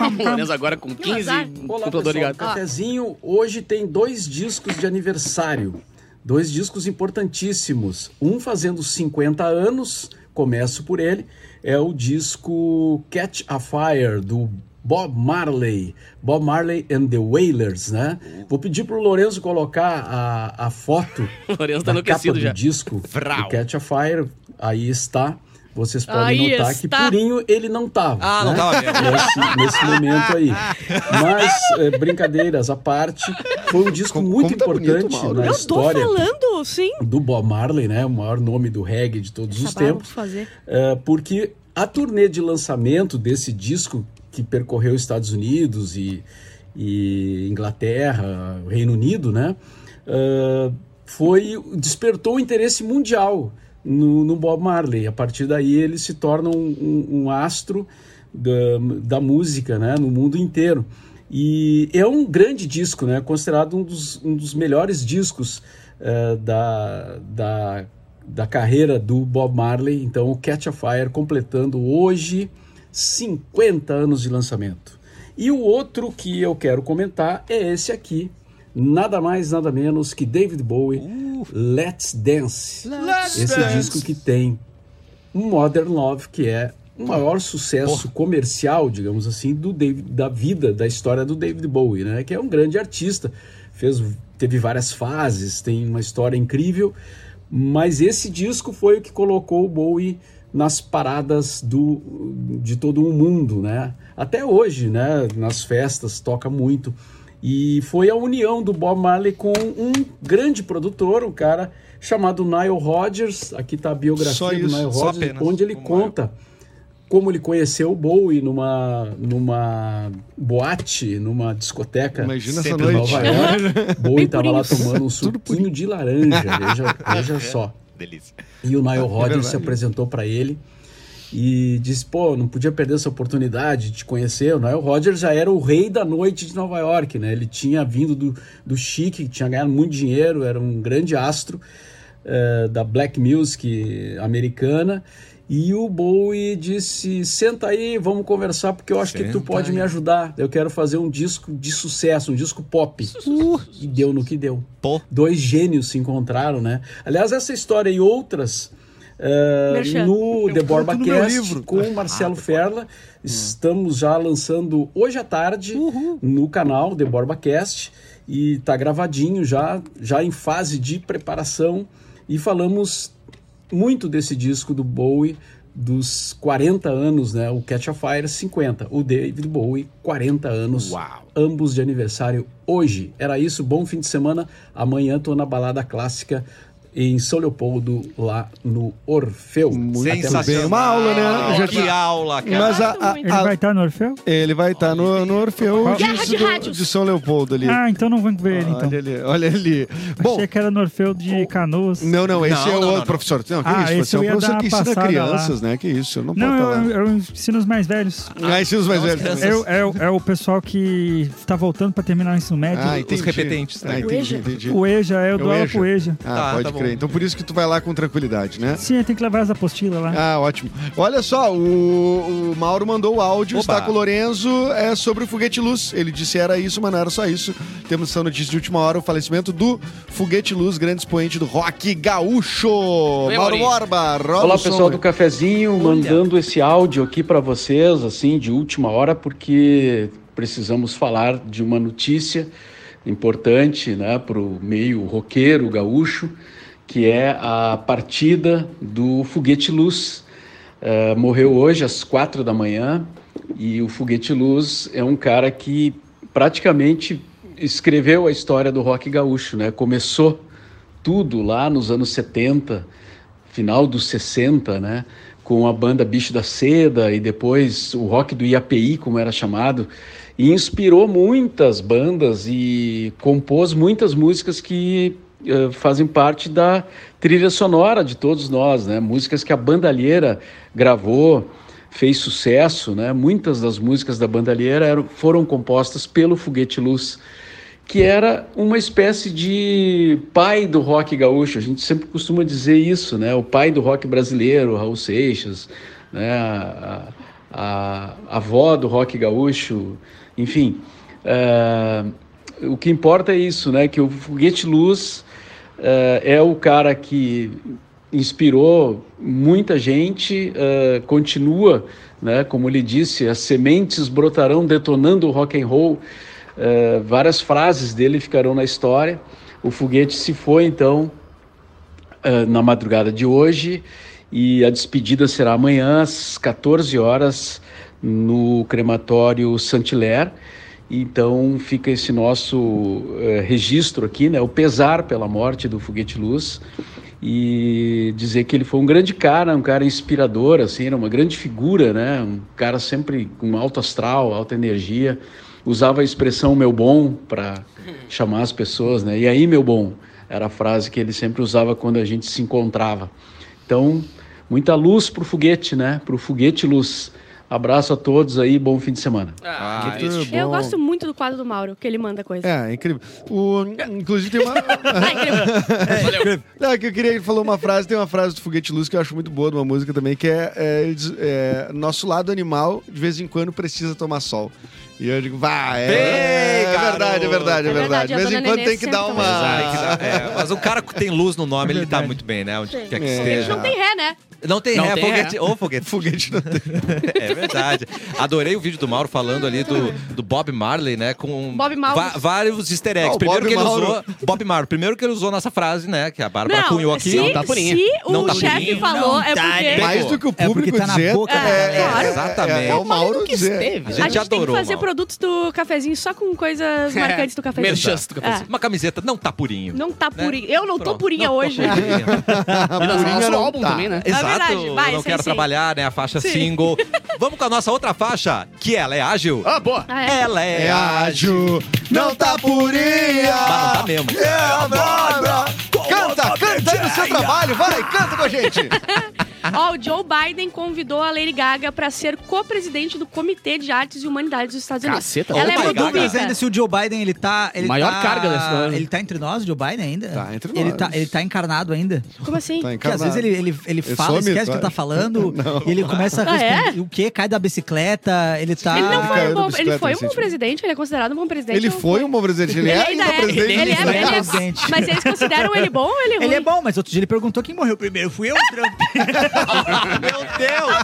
Speaker 3: O Lourenço agora com 15
Speaker 4: azar.
Speaker 3: Ah. computador ligado.
Speaker 9: Cafezinho hoje tem dois discos de aniversário.
Speaker 7: Dois discos importantíssimos. Um fazendo 50 anos, começo por ele, é o disco Catch a Fire, do Bob Marley. Bob Marley and the Wailers, né? Vou pedir pro Lourenço colocar a, a foto
Speaker 3: [LAUGHS] O Lourenço tá
Speaker 7: da capa
Speaker 3: enlouquecido
Speaker 7: do
Speaker 3: já.
Speaker 7: disco
Speaker 1: Vrau.
Speaker 7: do Catch a Fire. Aí está. Vocês podem
Speaker 4: Aí
Speaker 7: notar que
Speaker 4: está.
Speaker 7: purinho ele não tava.
Speaker 1: Ah, não
Speaker 7: né?
Speaker 1: tava mesmo.
Speaker 7: nesse, nesse momento aí. Mas, eh, brincadeiras à parte, foi um disco
Speaker 5: Como-
Speaker 7: muito
Speaker 5: como tá bonito,
Speaker 7: importante
Speaker 5: Mauro.
Speaker 7: na
Speaker 4: Eu tô
Speaker 7: É história
Speaker 4: falando, sim.
Speaker 7: do Bob Marley, né? O maior nome do reggae de todos os
Speaker 4: Acabaram
Speaker 7: tempos.
Speaker 4: de fazer.
Speaker 7: É, porque a turnê de lançamento desse disco que percorreu os Estados Unidos e, e Inglaterra, Reino Unido, né? é, foi despertou o interesse mundial no, no Bob Marley. A partir daí ele se torna um, um- um astro da, da música, né? No mundo inteiro. E é um grande disco, né? Considerado um dos, um dos melhores discos é, da, da da carreira do Bob Marley, então o Catch a Fire completando hoje 50 anos de lançamento. E o outro que eu quero comentar é esse aqui, nada mais nada menos que David Bowie,
Speaker 1: Uh,
Speaker 7: Let's Dance. esse disco que tem Modern Love, que é o maior sucesso comercial, digamos assim, do David- da vida, da história do David Bowie, né? Que é um grande artista, fez, teve várias fases, tem uma história incrível, mas esse disco foi o que colocou o Bowie nas paradas do, de todo o mundo, né? Até hoje, né? Nas festas toca muito. E foi a união do Bob Marley com um grande produtor, um cara chamado Nile Rodgers. Aqui está a biografia
Speaker 5: Só
Speaker 7: do
Speaker 5: isso,
Speaker 7: Nile
Speaker 5: só
Speaker 7: Rodgers,
Speaker 5: apenas
Speaker 7: onde ele
Speaker 5: o Nile.
Speaker 7: conta como ele conheceu o Bowie numa, numa boate, numa discoteca.
Speaker 5: Imagina essa
Speaker 7: sempre né? em
Speaker 5: noite.
Speaker 7: Nova York. Bowie
Speaker 4: Bem
Speaker 7: estava lá
Speaker 4: purinhos.
Speaker 7: tomando um suquinho de laranja, veja, veja só.
Speaker 1: Delícia.
Speaker 7: E o
Speaker 1: [LAUGHS] É
Speaker 7: Nile Rodgers
Speaker 5: verdade.
Speaker 7: se apresentou para ele e disse: pô, não podia perder essa oportunidade de te conhecer. O Nile Rodgers já era o rei da noite de Nova York, né? Ele tinha vindo do, do chique, tinha ganhado muito dinheiro, era um grande astro eh, da black music americana. E o Bowie disse: senta aí, vamos conversar, porque eu acho que tu
Speaker 1: Senta
Speaker 7: pode
Speaker 1: aí.
Speaker 7: me ajudar. Eu quero fazer um disco de sucesso, um disco
Speaker 1: [LAUGHS]
Speaker 7: pop. e deu no que deu
Speaker 1: Pô.
Speaker 7: dois gênios se encontraram, né? Aliás, essa história e outras eh,
Speaker 4: Merchan.
Speaker 7: no The Borba
Speaker 5: um no meu
Speaker 7: Cast
Speaker 5: livro. Ah,
Speaker 7: com o Marcelo Ferla. Estamos já lançando hoje à tarde no canal The Borba Cast e tá gravadinho já, já em fase de preparação e falamos muito desse disco do Bowie dos 40 anos, né? O Catch a Fire 50, o David Bowie 40 anos
Speaker 1: Uau.
Speaker 7: ambos de aniversário hoje. Era isso, bom fim de semana. Amanhã tô na balada clássica em São Leopoldo, lá no Orfeu.
Speaker 5: Muito
Speaker 1: Sensacional.
Speaker 5: bem. Uma aula, né? Já
Speaker 1: Que aula,
Speaker 5: [LAUGHS]
Speaker 1: cara.
Speaker 5: Mas a- a-
Speaker 8: Ele
Speaker 5: a-
Speaker 8: vai estar no Orfeu?
Speaker 5: ele vai estar no, no Orfeu
Speaker 4: Guerra
Speaker 5: de,
Speaker 4: de
Speaker 5: do-
Speaker 4: rádios.
Speaker 5: de São Leopoldo ali.
Speaker 8: Ah, então não vou ver ele, então.
Speaker 5: Olha ali, olha ali. Bom,
Speaker 8: Achei que era no Orfeu de Canoas.
Speaker 5: não, não, esse
Speaker 1: Não,
Speaker 5: é o
Speaker 1: não,
Speaker 5: outro
Speaker 1: não.
Speaker 5: professor. Não, que
Speaker 8: Ah,
Speaker 5: isso,
Speaker 8: esse
Speaker 5: você é
Speaker 8: eu
Speaker 5: um
Speaker 8: ia
Speaker 5: professor
Speaker 8: dar
Speaker 5: que
Speaker 8: uma
Speaker 5: ensina
Speaker 8: passada
Speaker 5: crianças, né? Que isso, eu não né? posso
Speaker 8: Não,
Speaker 5: estar
Speaker 8: eu,
Speaker 5: lá.
Speaker 8: eu ensino os mais velhos.
Speaker 5: Ah, ensina os mais velhos. também.
Speaker 8: É, o- é o- é o pessoal que tá voltando pra terminar o ensino médio.
Speaker 5: Ah, entendi.
Speaker 1: Os repetentes, né?
Speaker 5: Ah, entendi,
Speaker 4: Ueja.
Speaker 5: entendi.
Speaker 8: o EJA, é, eu
Speaker 5: É o
Speaker 8: dou aula
Speaker 5: EJA.
Speaker 8: pro EJA.
Speaker 5: Ah,
Speaker 1: Tá,
Speaker 5: pode
Speaker 1: tá bom.
Speaker 5: crer. Então por isso que tu vai lá com tranquilidade, né?
Speaker 8: Sim, tem que levar as apostilas lá.
Speaker 5: Ah, ótimo. Olha só, o, o Mauro mandou o áudio,
Speaker 1: Oba.
Speaker 5: está com o Lorenzo, é sobre o foguete luz. Ele disse era isso, mas não era só isso. Temos essa notícia de última hora, o falecimento do foguete luz, grande expoente do rock gaúcho. Mauro
Speaker 3: Oi, Maurinho.
Speaker 5: Borba, roda
Speaker 7: Olá
Speaker 5: o som
Speaker 7: pessoal
Speaker 5: aí.
Speaker 7: do Cafezinho, mandando esse áudio aqui para vocês, assim, de última hora, porque precisamos falar de uma notícia importante né, para o meio roqueiro gaúcho, que é a partida do Foguete Luz. Eh, morreu hoje às quatro da manhã e o Foguete Luz é um cara que praticamente escreveu a história do rock gaúcho, né? Começou tudo lá nos anos 70, final dos 60, né? Com a banda Bicho da Seda e depois o rock do IAPI, como era chamado, e inspirou muitas bandas e compôs muitas músicas que eh, fazem parte da trilha sonora de todos nós, né? Músicas que a bandalheira gravou, fez sucesso, né? Muitas das músicas da bandalheira eram, foram compostas pelo Foguete Luz que era uma espécie de pai do rock gaúcho. A gente sempre costuma dizer isso, né? O pai do rock brasileiro, Raul Seixas, né? A, a- a avó do rock gaúcho, é enfim. eh, o que importa é isso, né? Que o Foguete Luz eh, é o cara que inspirou muita gente, eh, continua, né, como ele disse, as sementes brotarão detonando o rock and roll. Eh, várias frases dele ficarão na história. O foguete se foi então eh, na madrugada de hoje e a despedida será amanhã às 14 horas no crematório Saint-Hilaire. Então fica esse nosso eh, registro aqui, né? O pesar pela morte do Foguete Luz e dizer que ele foi um grande cara, um cara inspirador, assim, era uma grande figura, né? Um cara sempre com alto astral, alta energia. Usava a expressão "meu bom" para chamar as pessoas, né? E aí, meu bom, era a frase que ele sempre usava quando a gente se encontrava. Então, muita luz pro foguete, né? Pro foguete luz. Abraço a todos aí, bom fim de semana.
Speaker 5: Ah,
Speaker 1: triste.
Speaker 5: muito
Speaker 4: Eu
Speaker 5: bom.
Speaker 4: gosto muito do quadro do Mauro, que ele manda coisa.
Speaker 5: É, é incrível. O, inclusive tem uma. [LAUGHS] Tá
Speaker 4: Ah, incrível.
Speaker 5: Não, é que eu queria ele falou uma frase, tem uma frase do Foguete Luz que eu acho muito boa, de uma música também, que é, é, ele diz, é, Nosso lado animal, de vez em quando, precisa tomar sol. E eu digo, vá, é,
Speaker 1: Ei,
Speaker 5: é verdade,
Speaker 4: É
Speaker 5: é verdade, é verdade.
Speaker 4: verdade,
Speaker 5: De
Speaker 4: a
Speaker 5: vez em
Speaker 4: dona
Speaker 5: quando
Speaker 4: Nenê
Speaker 5: tem que dar
Speaker 4: sempre
Speaker 5: uma.
Speaker 1: Mas, aí que dá- é, mas o cara que tem luz no nome, ele tá muito bem, né? Onde
Speaker 4: Sim.
Speaker 1: quer que
Speaker 5: É.
Speaker 1: esteja.
Speaker 4: Não tem ré, né?
Speaker 1: Não tem
Speaker 3: Não
Speaker 1: ré,
Speaker 3: tem é.
Speaker 1: foguete.
Speaker 3: ré.
Speaker 1: Ô, foguete. Foguete não tem. [LAUGHS] é verdade. Adorei o vídeo do Mauro falando ali do, do Bob Marley, né? Com
Speaker 4: Bob Mauro.
Speaker 1: va- vários easter eggs.
Speaker 5: Ah, o
Speaker 1: primeiro
Speaker 5: Bob
Speaker 1: que ele
Speaker 5: Mauro.
Speaker 1: usou. Bob Mauro, primeiro que ele usou nessa frase, né? Que a Bárbara cunhou aqui.
Speaker 4: se,
Speaker 3: Não tá purinho.
Speaker 4: se o
Speaker 1: Não tá
Speaker 4: chefe
Speaker 1: purinho,
Speaker 4: falou,
Speaker 6: não
Speaker 4: é
Speaker 3: tá,
Speaker 4: porque...
Speaker 3: né?
Speaker 5: Mais do que o
Speaker 6: É porque
Speaker 5: público
Speaker 6: tá na
Speaker 5: dizer.
Speaker 6: boca da
Speaker 5: é,
Speaker 4: galera.
Speaker 1: Exatamente.
Speaker 5: É, é o Mauro
Speaker 3: que
Speaker 5: dizer.
Speaker 3: esteve.
Speaker 1: A
Speaker 4: A
Speaker 1: gente
Speaker 4: gente, tem
Speaker 1: adorou,
Speaker 4: que fazer
Speaker 1: Mauro.
Speaker 4: produtos do cafezinho só com
Speaker 3: [LAUGHS]
Speaker 4: coisas
Speaker 3: É.
Speaker 4: marcantes do É. cafezinho.
Speaker 3: Merchans do cafezinho.
Speaker 1: Uma camiseta não tá purinho.
Speaker 4: É, não tá
Speaker 1: Né?
Speaker 4: purinha. Eu não
Speaker 1: Pronto,
Speaker 4: tô purinha
Speaker 1: não tô
Speaker 4: hoje.
Speaker 1: purinha.
Speaker 3: E lançar
Speaker 5: purinha
Speaker 3: nosso
Speaker 5: não
Speaker 3: álbum
Speaker 5: tá.
Speaker 3: também, né?
Speaker 1: Exato,
Speaker 4: É verdade, vai,
Speaker 1: eu não
Speaker 4: isso aí
Speaker 1: quero
Speaker 4: sim.
Speaker 1: trabalhar, né? A faixa
Speaker 4: Sim.
Speaker 1: single. Vamos com a nossa outra faixa, que ela é ágil.
Speaker 3: Ah, boa!
Speaker 4: Ah, é.
Speaker 1: Ela é,
Speaker 5: É ágil, não tá purinha.
Speaker 1: Mas não tá mesmo.
Speaker 5: É a Bárbara. Canta, canta aí no seu trabalho, vai, canta com a gente.
Speaker 4: Ó, o Joe Biden convidou a Lady Gaga pra ser co-presidente do Comitê de Artes e Humanidades dos Estados Unidos.
Speaker 3: Caceta,
Speaker 4: Ela
Speaker 1: oh
Speaker 4: é
Speaker 1: my
Speaker 4: muito
Speaker 1: God.
Speaker 6: Dúvidas
Speaker 4: rica.
Speaker 6: ainda se o Joe Biden ele tá. Ele
Speaker 3: Maior
Speaker 6: tá,
Speaker 3: carga dessa história.
Speaker 6: Ele tá entre nós, o Joe Biden ainda?
Speaker 5: Tá entre
Speaker 6: Ele
Speaker 5: nós.
Speaker 6: tá, ele tá encarnado ainda?
Speaker 4: Como assim?
Speaker 5: [LAUGHS] Tá
Speaker 6: Porque às
Speaker 5: encarnado.
Speaker 6: vezes ele, ele, ele
Speaker 5: Eu
Speaker 6: fala,
Speaker 5: sou
Speaker 6: esquece
Speaker 5: amigo,
Speaker 6: o que tá
Speaker 5: vai.
Speaker 3: [LAUGHS]
Speaker 6: falando, e ele começa a
Speaker 4: Ah, é?
Speaker 6: responder o quê? Cai da bicicleta, ele tá.
Speaker 4: Ele não
Speaker 5: Ah, caiu
Speaker 4: foi um
Speaker 5: da
Speaker 4: bom,
Speaker 5: bicicleta
Speaker 4: ele foi um bom
Speaker 5: recentemente.
Speaker 4: presidente, ele é considerado um bom presidente.
Speaker 5: Ele
Speaker 4: ou
Speaker 5: foi um bom presidente, ele é
Speaker 4: ainda
Speaker 5: ainda presidente.
Speaker 4: Ele, é,
Speaker 5: né?
Speaker 6: Ele é
Speaker 4: ele é-
Speaker 6: presidente.
Speaker 4: Mas eles consideram ele bom ou ele ruim?
Speaker 6: Ele é bom, mas outro dia ele perguntou quem morreu primeiro. Fui eu, Trump.
Speaker 1: Meu Deus!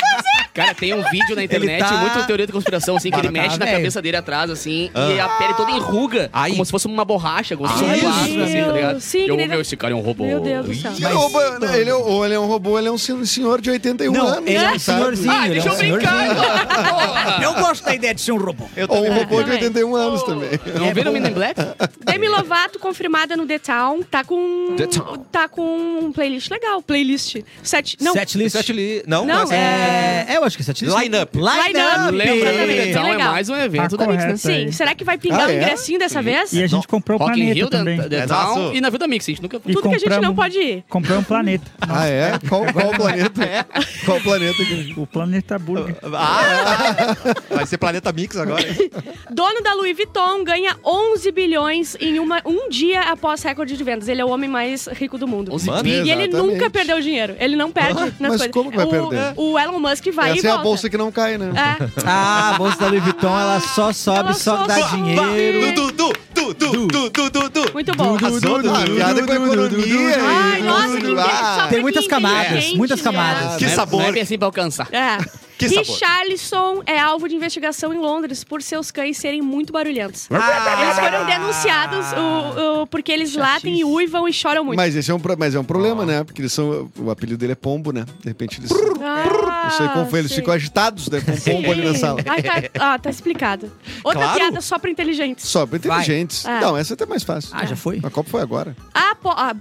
Speaker 3: Cara, tem um vídeo na internet,
Speaker 6: tá-
Speaker 3: muito teoria da conspiração, assim, que ele
Speaker 6: Cara, tá
Speaker 3: mexe na
Speaker 6: velho.
Speaker 3: cabeça dele atrás, assim, e a pele toda enruga,
Speaker 1: Ai.
Speaker 3: como se fosse uma borracha, como se fosse um
Speaker 6: Ai,
Speaker 3: quadro, assim, tá
Speaker 4: meu.
Speaker 3: ligado?
Speaker 4: Sim, que
Speaker 3: eu
Speaker 4: nem-
Speaker 3: meu, esse cara é um robô.
Speaker 4: Meu Deus do céu.
Speaker 5: Ele é, um- ele é, ou ele é um robô, ou ele é um sen- senhor de 81
Speaker 6: Não,
Speaker 5: anos.
Speaker 6: ele é um
Speaker 5: sabe?
Speaker 6: senhorzinho.
Speaker 3: Ah,
Speaker 6: ele é
Speaker 3: deixa
Speaker 6: um
Speaker 3: eu brincar! então.
Speaker 6: senhorzinho.
Speaker 3: ó.
Speaker 6: Eu gosto da ideia de ser um robô.
Speaker 5: Ou um robô de
Speaker 4: Também.
Speaker 5: 81 anos também.
Speaker 3: Não viram o Men in Black?
Speaker 4: Demi Lovato confirmada no The Town, tá com
Speaker 1: The Town.
Speaker 4: tá com um playlist legal, playlist. Sete, não,
Speaker 6: Setlist.
Speaker 1: Sete li- Não,
Speaker 4: Não,
Speaker 1: mas-
Speaker 6: É, é, eu acho que é setlist.
Speaker 1: Line up.
Speaker 6: Line up.
Speaker 3: Lembra também, então é
Speaker 4: legal.
Speaker 3: mais um evento
Speaker 8: Tá
Speaker 3: da Mix, né?
Speaker 8: correto.
Speaker 4: sim.
Speaker 8: aí.
Speaker 4: Será que vai pingar
Speaker 5: Ah,
Speaker 4: o
Speaker 5: é?
Speaker 4: ingressinho dessa vez?
Speaker 8: E a gente comprou o
Speaker 3: Rock in
Speaker 8: planeta
Speaker 3: Rio,
Speaker 8: também.
Speaker 3: The, The
Speaker 1: É
Speaker 3: Town
Speaker 1: nosso.
Speaker 3: e na Vida Mix, a gente nunca...
Speaker 8: E
Speaker 4: Tudo que a gente
Speaker 8: compramos-
Speaker 4: não pode ir.
Speaker 8: Comprou um planeta.
Speaker 5: Ah, é? Qual, qual
Speaker 1: tá
Speaker 5: o planeta? Qual o planeta? que-
Speaker 8: O planeta Burger.
Speaker 1: Ah! Vai ser Planeta Mix agora.
Speaker 5: é
Speaker 1: hein?
Speaker 4: Dono da Louis Vuitton ganha 11 bilhões em uma, um dia após recorde de vendas. Ele é o homem mais rico do mundo.
Speaker 3: 11
Speaker 1: Mano,
Speaker 4: E
Speaker 3: bilhões.
Speaker 4: ele
Speaker 5: Exatamente.
Speaker 4: nunca perdeu dinheiro. Ele não perde
Speaker 5: Ah,
Speaker 4: nas
Speaker 5: mas
Speaker 4: coisas.
Speaker 5: como que vai
Speaker 4: o,
Speaker 5: perder?
Speaker 4: O Elon Musk vai e
Speaker 5: Essa é
Speaker 4: volta.
Speaker 5: a bolsa que não cai, [LAUGHS] né?
Speaker 4: É.
Speaker 6: Ah, a bolsa da Louis Vuitton, ela só sobe,
Speaker 4: Ela
Speaker 6: só,
Speaker 4: só
Speaker 6: dá
Speaker 4: sobe.
Speaker 6: dinheiro.
Speaker 1: Du, du, du, du, du, du, du, du.
Speaker 4: Muito bom.
Speaker 1: Arrasou, Dudu.
Speaker 5: Ah, piada com a economia.
Speaker 4: Ai, nossa, que
Speaker 5: Ah,
Speaker 4: interessante. Só
Speaker 6: Tem
Speaker 4: pra
Speaker 6: muitas
Speaker 4: quem é
Speaker 6: camadas,
Speaker 4: entende,
Speaker 6: muitas
Speaker 4: né?
Speaker 6: camadas.
Speaker 1: Que
Speaker 3: Não é-
Speaker 1: sabor.
Speaker 3: Não é bem assim pra alcançar.
Speaker 4: É.
Speaker 1: Que sabor.
Speaker 4: Richarlison é alvo de investigação em Londres por seus cães serem muito barulhentos. Eles
Speaker 5: Ah.
Speaker 4: foram denunciados o- o- porque eles latem e uivam e choram muito.
Speaker 5: Mas esse é um, pro- mas é um problema, né? Porque eles são. O apelido dele é pombo, né? De repente eles.
Speaker 4: Ah,
Speaker 5: Não sei como foi, eles
Speaker 4: sim.
Speaker 5: ficam agitados, né? Com um pombo ali na sala.
Speaker 4: Ai, tá, ah, tá explicado. Outra
Speaker 1: Claro.
Speaker 4: piada só pra inteligentes.
Speaker 5: Só pra inteligentes.
Speaker 4: Vai. Ah.
Speaker 5: Não, essa é até mais fácil.
Speaker 6: Ah, já foi?
Speaker 5: A Copa foi agora.
Speaker 4: Apo ah,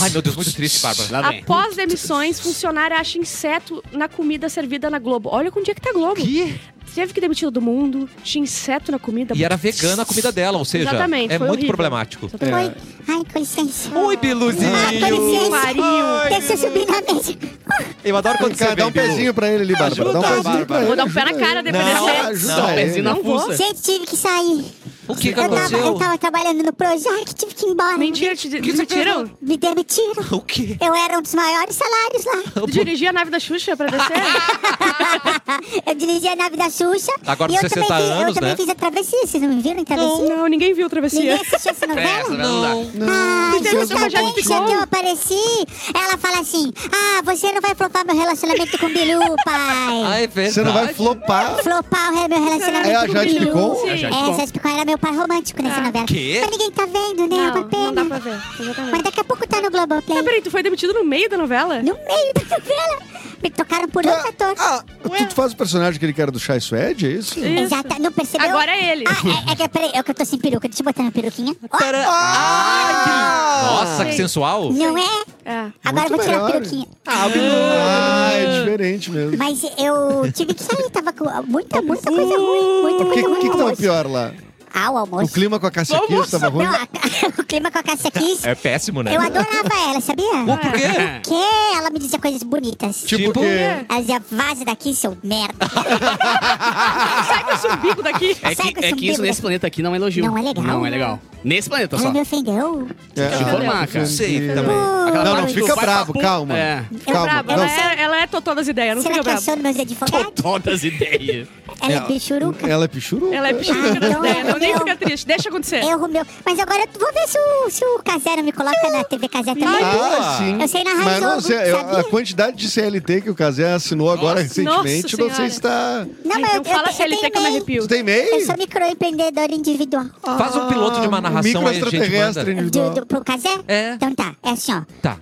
Speaker 1: Ai, meu Deus, muito triste, Bárbara.
Speaker 3: Lá vem.
Speaker 4: após demissões, funcionária acha inseto na comida servida na Globo. Olha com o dia que tá a Globo.
Speaker 1: Que?
Speaker 4: Teve que demitir todo mundo, tinha inseto na comida.
Speaker 1: E era vegana a comida dela, ou seja,
Speaker 4: Tá Exatamente,
Speaker 1: é
Speaker 4: foi
Speaker 1: muito
Speaker 4: horrível.
Speaker 1: problemático.
Speaker 4: Exatamente. Ah, tá
Speaker 10: Ai, com licença.
Speaker 1: Oi, Biluzinho!
Speaker 10: licença.
Speaker 4: um Marinho.
Speaker 10: Deixa eu subir na mesa.
Speaker 1: Eu adoro quando
Speaker 5: Cara,
Speaker 1: você
Speaker 5: dá um
Speaker 1: vem, Bilu.
Speaker 5: pezinho pra ele ali, Bárbara. Dá um
Speaker 1: Ajuda,
Speaker 5: pezinho pra
Speaker 1: Bárbara.
Speaker 5: ele.
Speaker 4: Vou dar um pé na
Speaker 5: ajuda
Speaker 4: cara,
Speaker 5: ele.
Speaker 4: dependendo
Speaker 5: Não,
Speaker 4: dele.
Speaker 5: ajuda
Speaker 3: Dá um
Speaker 5: ele.
Speaker 3: pezinho na
Speaker 4: Não vou.
Speaker 3: fuça.
Speaker 10: Gente, tive que sair.
Speaker 2: O que, que
Speaker 10: Eu tava, eu
Speaker 6: É
Speaker 2: aconteceu?
Speaker 10: tava trabalhando no Projac, tive que ir embora.
Speaker 4: Mentira, te
Speaker 2: que você
Speaker 4: demitiram?
Speaker 10: Me demitiram.
Speaker 2: O quê?
Speaker 10: Eu era um dos maiores salários
Speaker 4: [LAUGHS]
Speaker 10: lá.
Speaker 4: Tu dirigia a nave da Xuxa pra descer?
Speaker 10: Eu dirigia a nave da Xuxa.
Speaker 1: Agora
Speaker 10: e
Speaker 1: com
Speaker 10: eu também
Speaker 1: 60
Speaker 10: fiz,
Speaker 1: anos,
Speaker 10: Eu também
Speaker 1: né?
Speaker 10: fiz a travessia. Vocês não me viram em travessia?
Speaker 4: tá não, ninguém viu a travessia.
Speaker 10: Ninguém assistiu essa novela?
Speaker 2: Não.
Speaker 10: Ah,
Speaker 4: Não, você
Speaker 10: justamente
Speaker 4: já ficou.
Speaker 10: que eu apareci, ela fala assim: Ah, você não vai flopar meu relacionamento com o
Speaker 4: [LAUGHS]
Speaker 10: Bilu, pai.
Speaker 2: Ah, é verdade.
Speaker 5: Você não vai flopar.
Speaker 10: Flopar o meu relacionamento
Speaker 5: É a
Speaker 10: com o
Speaker 5: Jade
Speaker 10: Bilu.
Speaker 5: Picon?
Speaker 4: Sim. Ah.
Speaker 1: É a Jade
Speaker 10: É, Jade Picon era meu par romântico nessa novela.
Speaker 2: Quê?
Speaker 10: Mas ninguém tá vendo, né? é uma
Speaker 4: Não,
Speaker 10: pena.
Speaker 4: não dá pra ver. Exatamente.
Speaker 10: Mas daqui a pouco tá no Globoplay.
Speaker 4: Mas peraí, tu foi demitido no meio da novela?
Speaker 10: No meio da novela. Me tocaram por outro ator.
Speaker 5: Ah, tu, tu faz o personagem aquele cara do Chai Suede, é isso?
Speaker 4: Isso.
Speaker 10: Exato, não percebeu?
Speaker 4: Agora é ele.
Speaker 10: Ah, é, é que, peraí, é que eu tô sem peruca. Deixa eu botar minha peruquinha. Ó,
Speaker 2: Pera... Ah,
Speaker 1: Nossa, que
Speaker 4: Sim.
Speaker 1: sensual.
Speaker 10: não é?
Speaker 4: É.
Speaker 10: Agora eu vou tirar
Speaker 5: melhor.
Speaker 10: a peruquinha.
Speaker 5: Ah, é diferente mesmo.
Speaker 10: Mas eu tive que sair, tava com muita, muita coisa ruim. Muita
Speaker 5: O que,
Speaker 10: coisa
Speaker 5: o
Speaker 10: ruim. no
Speaker 5: que, que tava
Speaker 10: almoço.
Speaker 5: pior lá?
Speaker 10: Ah, o
Speaker 5: O
Speaker 10: almoço.
Speaker 5: clima com a Cássia Kiss estava ruim?
Speaker 10: Não, a- [LAUGHS] o clima com a Cássia Kiss,
Speaker 1: É péssimo, né?
Speaker 10: eu adorava ela, sabia?
Speaker 2: por quê?
Speaker 3: [LAUGHS]
Speaker 10: Porque ela me dizia coisas bonitas.
Speaker 5: Tipo,
Speaker 1: Tipo,
Speaker 5: que...
Speaker 10: Ela dizia, vaze daqui, seu
Speaker 5: [LAUGHS]
Speaker 10: merda.
Speaker 4: Sai com esse bico daqui.
Speaker 3: É
Speaker 10: Sai com
Speaker 3: que, é
Speaker 10: esse
Speaker 3: que isso
Speaker 10: umbigo
Speaker 3: nesse planeta aqui não é elogio.
Speaker 10: Não é legal.
Speaker 3: Não é legal. Nesse planeta
Speaker 10: Ela
Speaker 3: só.
Speaker 10: me ofendeu.
Speaker 5: É,
Speaker 3: Te informar, cara.
Speaker 2: Sei
Speaker 10: Pô,
Speaker 2: também.
Speaker 5: Não,
Speaker 3: Aquela
Speaker 5: não,
Speaker 3: parte do
Speaker 5: fica
Speaker 3: vai
Speaker 5: brabo,
Speaker 3: pra-
Speaker 5: calma.
Speaker 3: É.
Speaker 10: Ela é
Speaker 5: Calma.
Speaker 4: Brava.
Speaker 5: não,
Speaker 4: Ela, é, ela é totó das ideias, não
Speaker 10: será
Speaker 4: fica
Speaker 10: que eu
Speaker 4: brava.
Speaker 10: sou meus advogados?
Speaker 3: Todas as ideias.
Speaker 10: Ela é bichuruca.
Speaker 5: Ela é pichuru?
Speaker 4: Ela é pichuca das
Speaker 10: então é
Speaker 4: ideias, não nem
Speaker 10: meu.
Speaker 4: fica triste. Deixa acontecer.
Speaker 10: Erro meu. Mas agora eu vou ver se o, se o Casero me coloca na TV Casero também.
Speaker 5: Ah, sim.
Speaker 10: Eu sei narrar
Speaker 5: Mas não
Speaker 10: jogo,
Speaker 5: sei, eu- a
Speaker 10: sabia?
Speaker 5: quantidade de CLT que o Casé assinou agora
Speaker 4: Nossa,
Speaker 5: recentemente,
Speaker 4: nossa
Speaker 5: não
Speaker 4: senhora.
Speaker 5: sei se tá.
Speaker 10: Não,
Speaker 4: Ai,
Speaker 10: mas
Speaker 4: então
Speaker 10: eu,
Speaker 4: fala
Speaker 10: eu, eu
Speaker 4: CLT
Speaker 10: tenho
Speaker 4: que eu me
Speaker 10: e-mail.
Speaker 4: arrepio.
Speaker 5: Tu tem e-mail?
Speaker 10: Eu sou microempreendedora individual.
Speaker 1: Faz um piloto de uma narração aí, a gente
Speaker 5: Ah, Microextraterrestre
Speaker 1: manda.
Speaker 10: Do,
Speaker 5: individual.
Speaker 10: do, pro Casé?
Speaker 2: É.
Speaker 10: Então tá, é assim, ó.
Speaker 1: Tá,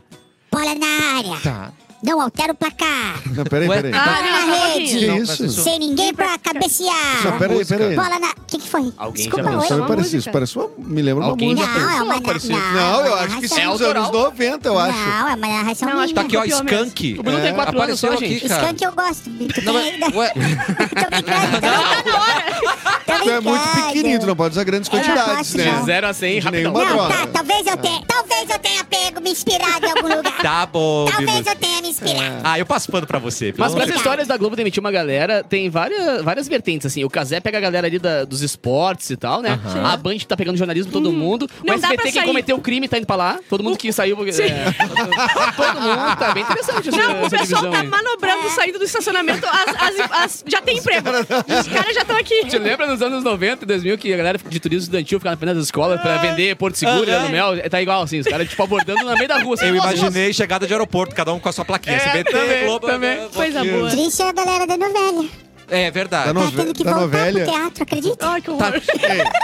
Speaker 10: Bola na área.
Speaker 1: tá.
Speaker 10: Não altera o placar.
Speaker 5: Não, peraí,
Speaker 2: Ué,
Speaker 5: peraí.
Speaker 4: Ah,
Speaker 10: Tá
Speaker 4: não, só um pouquinho.
Speaker 5: Que
Speaker 2: não,
Speaker 5: isso?
Speaker 2: mas
Speaker 10: Sem ninguém pra
Speaker 5: Não,
Speaker 10: cabecear.
Speaker 5: peraí, peraí.
Speaker 10: Bola na... O que que foi?
Speaker 3: Alguém
Speaker 10: Desculpa,
Speaker 3: já
Speaker 5: Não,
Speaker 10: oi?
Speaker 5: só me
Speaker 4: uma
Speaker 5: parecia. Isso
Speaker 4: música.
Speaker 5: parecia uma. Me lembra uma
Speaker 3: Alguém
Speaker 5: música.
Speaker 3: já
Speaker 10: Não, é uma...
Speaker 3: Parecia.
Speaker 10: Não,
Speaker 5: Não,
Speaker 10: é
Speaker 5: eu
Speaker 10: uma
Speaker 5: acho que isso
Speaker 10: narração.
Speaker 5: é dos
Speaker 3: autoral.
Speaker 5: anos 90, eu acho.
Speaker 10: Não, é uma narração
Speaker 4: Não, acho
Speaker 1: Tá
Speaker 10: minha.
Speaker 1: aqui, ó,
Speaker 4: Copiou mesmo.
Speaker 1: skunk.
Speaker 3: O Bruno tem quatro anos
Speaker 1: Apareceu
Speaker 3: só,
Speaker 1: aqui,
Speaker 3: gente.
Speaker 1: cara.
Speaker 10: Skunk eu gosto. Tu
Speaker 2: Não,
Speaker 10: tem-
Speaker 2: mas... Ué,
Speaker 10: [LAUGHS]
Speaker 5: [LAUGHS]
Speaker 10: Tô brincando. Tô
Speaker 5: Tu é muito
Speaker 10: brincando.
Speaker 5: pequenino, tu não pode usar grandes quantidades,
Speaker 10: posso,
Speaker 5: né?
Speaker 10: não.
Speaker 3: De 0 a 100,
Speaker 5: De
Speaker 3: rapidão.
Speaker 5: nenhuma
Speaker 10: Não, tá,
Speaker 5: droga.
Speaker 10: talvez eu tenha. Talvez eu tenha pego, me inspirado em
Speaker 5: [LAUGHS]
Speaker 10: algum lugar.
Speaker 1: Tá bom,
Speaker 10: Talvez
Speaker 1: Bíblia.
Speaker 10: eu tenha me inspirado.
Speaker 1: Ah, eu passo pano pra você. pelo
Speaker 3: Mas
Speaker 1: amor
Speaker 3: para
Speaker 1: de
Speaker 3: as
Speaker 1: Deus.
Speaker 3: histórias da Globo demitir uma galera, tem várias, várias vertentes, assim. O Casé pega a galera ali da- dos esportes e tal, né? A Band tá pegando jornalismo, todo mundo. O
Speaker 4: Hum. Não dá pra
Speaker 3: SBT, quem
Speaker 4: sair.
Speaker 3: cometeu o crime, tá indo pra lá. Todo mundo que saiu... é, todo mundo, tá bem interessante essa,
Speaker 4: Não, o
Speaker 3: essa
Speaker 4: pessoal
Speaker 3: divisão
Speaker 4: tá
Speaker 3: aí.
Speaker 10: É.
Speaker 4: manobrando saindo do estacionamento. as- as- as- já tem emprego. Os caras já estão aqui.
Speaker 3: Te lembra nos anos 90 e 2000 que a galera de turismo estudantil ficava na frente das escolas
Speaker 4: Ah.
Speaker 3: pra vender Porto Seguro,
Speaker 1: Aham.
Speaker 3: no Mel? Tá igual assim, os caras tipo abordando na meio da rua. assim,
Speaker 1: Eu
Speaker 3: "Nossa,
Speaker 1: imaginei chegada de aeroporto, cada um com a sua
Speaker 3: É,
Speaker 1: plaquinha. SBT,
Speaker 3: também,
Speaker 1: Globo. né?
Speaker 3: também.
Speaker 4: Coisa boa.
Speaker 10: Triste é a galera da novela.
Speaker 1: É
Speaker 5: Da
Speaker 1: verdade.
Speaker 10: Tá
Speaker 5: nove-
Speaker 10: tendo que
Speaker 5: da
Speaker 10: voltar
Speaker 5: novela.
Speaker 10: pro teatro, acredita?
Speaker 4: Ai, que horror.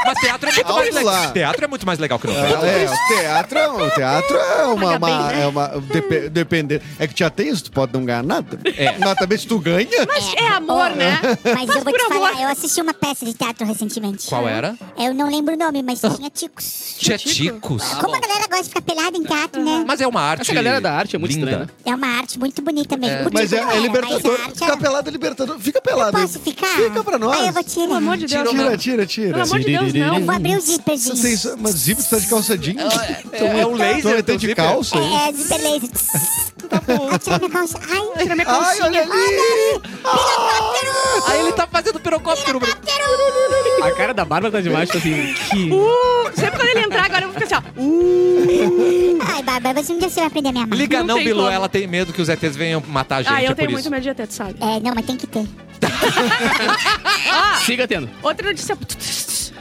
Speaker 1: Mas teatro é muito mais
Speaker 5: Alto lá.
Speaker 1: legal. Teatro é muito mais legal que não.
Speaker 5: É, o teatro, é um- o teatro é uma.
Speaker 4: Paga bem,
Speaker 5: uma-
Speaker 4: né?
Speaker 5: é uma depe- depender. É que já tem isso, tu pode não ganhar nada.
Speaker 1: É.
Speaker 5: Mas também se tu ganha.
Speaker 4: Mas é amor, né?
Speaker 10: Mas eu vou
Speaker 4: por
Speaker 10: te
Speaker 4: amor.
Speaker 10: falar, eu assisti uma peça de teatro recentemente.
Speaker 5: é?
Speaker 1: Qual era?
Speaker 10: Eu não lembro o nome,
Speaker 5: [LAUGHS]
Speaker 10: mas tinha ticos.
Speaker 1: Tinha ticos.
Speaker 5: Tá
Speaker 10: Como a galera gosta de ficar pelada em teatro, né?
Speaker 1: Mas é uma arte.
Speaker 3: Essa galera da arte é muito
Speaker 1: linda.
Speaker 3: estranha, né?
Speaker 10: É uma arte muito bonita mesmo. O
Speaker 5: Mas
Speaker 10: tico
Speaker 5: é,
Speaker 10: não
Speaker 5: é
Speaker 10: era,
Speaker 5: libertador.
Speaker 10: mas a arte
Speaker 5: Ficar
Speaker 10: era.
Speaker 5: pelado é libertador. Fica pelado.
Speaker 10: Posso ficar?
Speaker 5: Fica pra nós.
Speaker 10: Aí eu vou tirar.
Speaker 4: Pelo amor de Deus, não.
Speaker 5: Tira, tira, tira.
Speaker 4: Pelo amor de Deus, não.
Speaker 10: Eu vou abrir os zippers.
Speaker 5: Você tem isso- mas zíper tu tá de calça jeans? Então,
Speaker 1: É, é um
Speaker 5: Tu
Speaker 1: laser.
Speaker 5: vai ter
Speaker 1: teu
Speaker 5: de
Speaker 1: zíper.
Speaker 5: calça? aí?
Speaker 10: É, é zíper laser.
Speaker 5: [LAUGHS]
Speaker 10: Ai, tira minha calça. Ai, tira minha
Speaker 5: Ai, olha ali. Ah!
Speaker 4: um.
Speaker 1: Aí ele tá fazendo pirocóptero. Bruno.
Speaker 3: A cara da Bárbara tá demais, tipo assim.
Speaker 4: Uh, sempre quando ele entrar, agora eu vou ficar assim, ó. Uh,
Speaker 10: Ai, Bárbara, mas um dia você vai aprender a me amar.
Speaker 1: Liga não,
Speaker 4: Não tem
Speaker 1: Bilu.
Speaker 4: como.
Speaker 1: Ela tem medo que os ETs venham matar a gente.
Speaker 4: ah, eu
Speaker 1: é
Speaker 4: tenho
Speaker 1: por
Speaker 4: muito
Speaker 1: isso.
Speaker 4: medo de ET, tu sabe?
Speaker 10: É, não, mas tem que ter.
Speaker 3: Siga tendo.
Speaker 10: É.
Speaker 4: Outra notícia.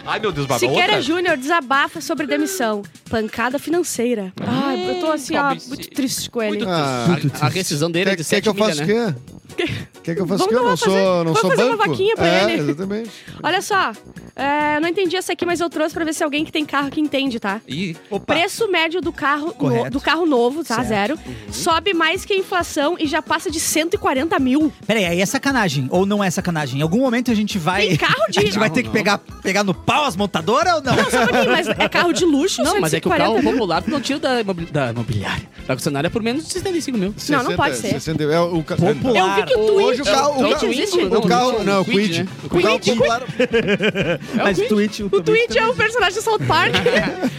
Speaker 1: Ai, meu Deus, babão.
Speaker 4: Siqueira é
Speaker 1: outra?
Speaker 4: Júnior desabafa sobre demissão. Pancada financeira. Ai, eu tô assim, ó,
Speaker 1: pobrezinho.
Speaker 4: muito triste com ele.
Speaker 5: Ah,
Speaker 3: A, a rescisão dele é
Speaker 5: Quer,
Speaker 3: de
Speaker 5: quer
Speaker 3: 7
Speaker 5: que eu faça
Speaker 3: milha,
Speaker 5: o
Speaker 3: né?
Speaker 5: quê? Quer que eu faça o
Speaker 4: Vamos
Speaker 5: quê? Eu não
Speaker 4: lá fazer-
Speaker 5: sou, não
Speaker 4: vamos
Speaker 5: sou
Speaker 4: fazer uma
Speaker 5: banco.
Speaker 4: vaquinha pra
Speaker 5: é,
Speaker 4: ele.
Speaker 5: exatamente.
Speaker 4: Olha só, é, eu não entendi essa aqui, mas eu trouxe pra ver se alguém que tem carro que entende, tá?
Speaker 1: Ih,
Speaker 4: Preço médio do carro, no-
Speaker 6: Correto.
Speaker 4: do carro novo, tá?
Speaker 6: Certo.
Speaker 4: Zero.
Speaker 5: Uhum.
Speaker 4: Sobe mais que a inflação e já passa de 140 mil.
Speaker 6: Peraí, aí é sacanagem. Ou não é sacanagem? Em algum momento a gente vai.
Speaker 4: Tem carro de-
Speaker 6: A gente vai ter que pegar, pegar no pau as montadoras ou não?
Speaker 4: Só pra mim, mas é carro
Speaker 5: [LAUGHS]
Speaker 4: de luxo?
Speaker 3: Não, mas é que o carro
Speaker 4: 140 mil?
Speaker 3: popular tu não tira da, imobili- da imobiliária. Da concessionária por menos de 65 mil.
Speaker 4: Não, não pode ser.
Speaker 5: 60 é o ca-
Speaker 4: Eu vi que o Twitch...
Speaker 5: Hoje o carro.
Speaker 4: Twitch
Speaker 5: o carro-
Speaker 4: existe?
Speaker 5: o carro. Não, o Quid.
Speaker 3: né?
Speaker 5: O carro popular.
Speaker 6: Mas o tweet.
Speaker 4: O Twitch é o personagem do South
Speaker 5: [LAUGHS]
Speaker 4: Park.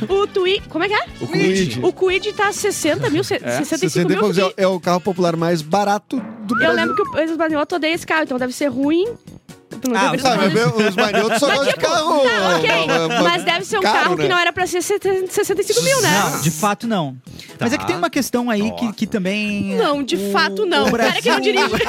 Speaker 4: o Twitch... Como é que é?
Speaker 5: O Quid.
Speaker 4: O Quid tá 60 mil, se- 65 mil. eu fiquei-
Speaker 5: É o carro popular mais barato do
Speaker 4: Eu
Speaker 5: Brasil.
Speaker 4: lembro que o Brasil odeia esse carro, então deve ser ruim. tu nunca
Speaker 1: Ah,
Speaker 4: viu
Speaker 5: Tá, mas
Speaker 4: Maroto.
Speaker 5: meu- os maniotos só
Speaker 4: Mas,
Speaker 5: gostam de
Speaker 4: tipo,
Speaker 5: carro.
Speaker 4: Tá, ok.
Speaker 5: ah,
Speaker 4: Mas deve ser um
Speaker 5: caro,
Speaker 4: carro
Speaker 5: né?
Speaker 4: que não era pra ser 70 65 mil, né?
Speaker 6: Não, de fato não.
Speaker 5: Tá.
Speaker 6: Mas é que tem uma questão aí que, que também.
Speaker 4: Não, de fato não.
Speaker 6: o
Speaker 4: O cara que não
Speaker 5: [LAUGHS]
Speaker 6: Brasil-
Speaker 4: dirige.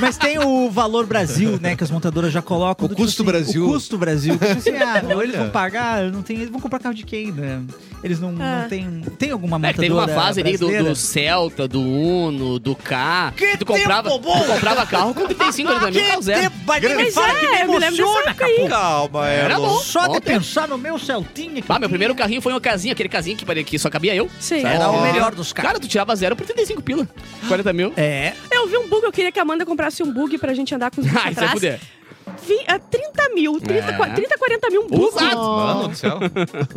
Speaker 6: Mas tem o valor Brasil, né? Que as montadoras já colocam.
Speaker 5: O
Speaker 6: do tipo assim,
Speaker 5: custo Brasil. É.
Speaker 6: O custo Brasil. Tipo assim,
Speaker 5: [LAUGHS]
Speaker 6: ah, ou eles vão
Speaker 1: Olha.
Speaker 6: pagar, não tem, eles vão comprar carro de quem, né? Eles não,
Speaker 4: Ah.
Speaker 6: não tem. Tem alguma
Speaker 3: É,
Speaker 6: montadora
Speaker 3: que teve uma fase ali do,
Speaker 6: brasileira?
Speaker 3: do Celta, do Uno, do K. Que tu comprava,
Speaker 6: tempo bom!
Speaker 3: tu comprava carro com 35, 40 mil, carro zero.
Speaker 6: vai ter
Speaker 4: Mas é, eu me lembro dessa época aí.
Speaker 1: Calma, é
Speaker 3: Era
Speaker 1: Erlon.
Speaker 3: bom.
Speaker 6: Só de
Speaker 3: Ontem.
Speaker 6: pensar no meu Celtinha. que
Speaker 3: Ah,
Speaker 6: eu
Speaker 3: meu primeiro
Speaker 6: tinha,
Speaker 3: carrinho foi um casinha, aquele casinha que, parecia que só cabia eu.
Speaker 4: Sim.
Speaker 6: Era o
Speaker 5: Ó.
Speaker 6: melhor dos carros.
Speaker 3: Cara, tu tirava zero por 35 pila. 40 mil. [LAUGHS]
Speaker 6: É.
Speaker 4: Eu vi um bug, eu queria que a Amanda comprasse um bug pra gente andar com
Speaker 3: [LAUGHS]
Speaker 4: os bichos
Speaker 3: Ai, se eu
Speaker 4: atrás.
Speaker 3: puder.
Speaker 4: Vi- ah, 30 mil, 30,
Speaker 3: É.
Speaker 4: qua- 30 40 mil um bug.
Speaker 1: Mano do céu.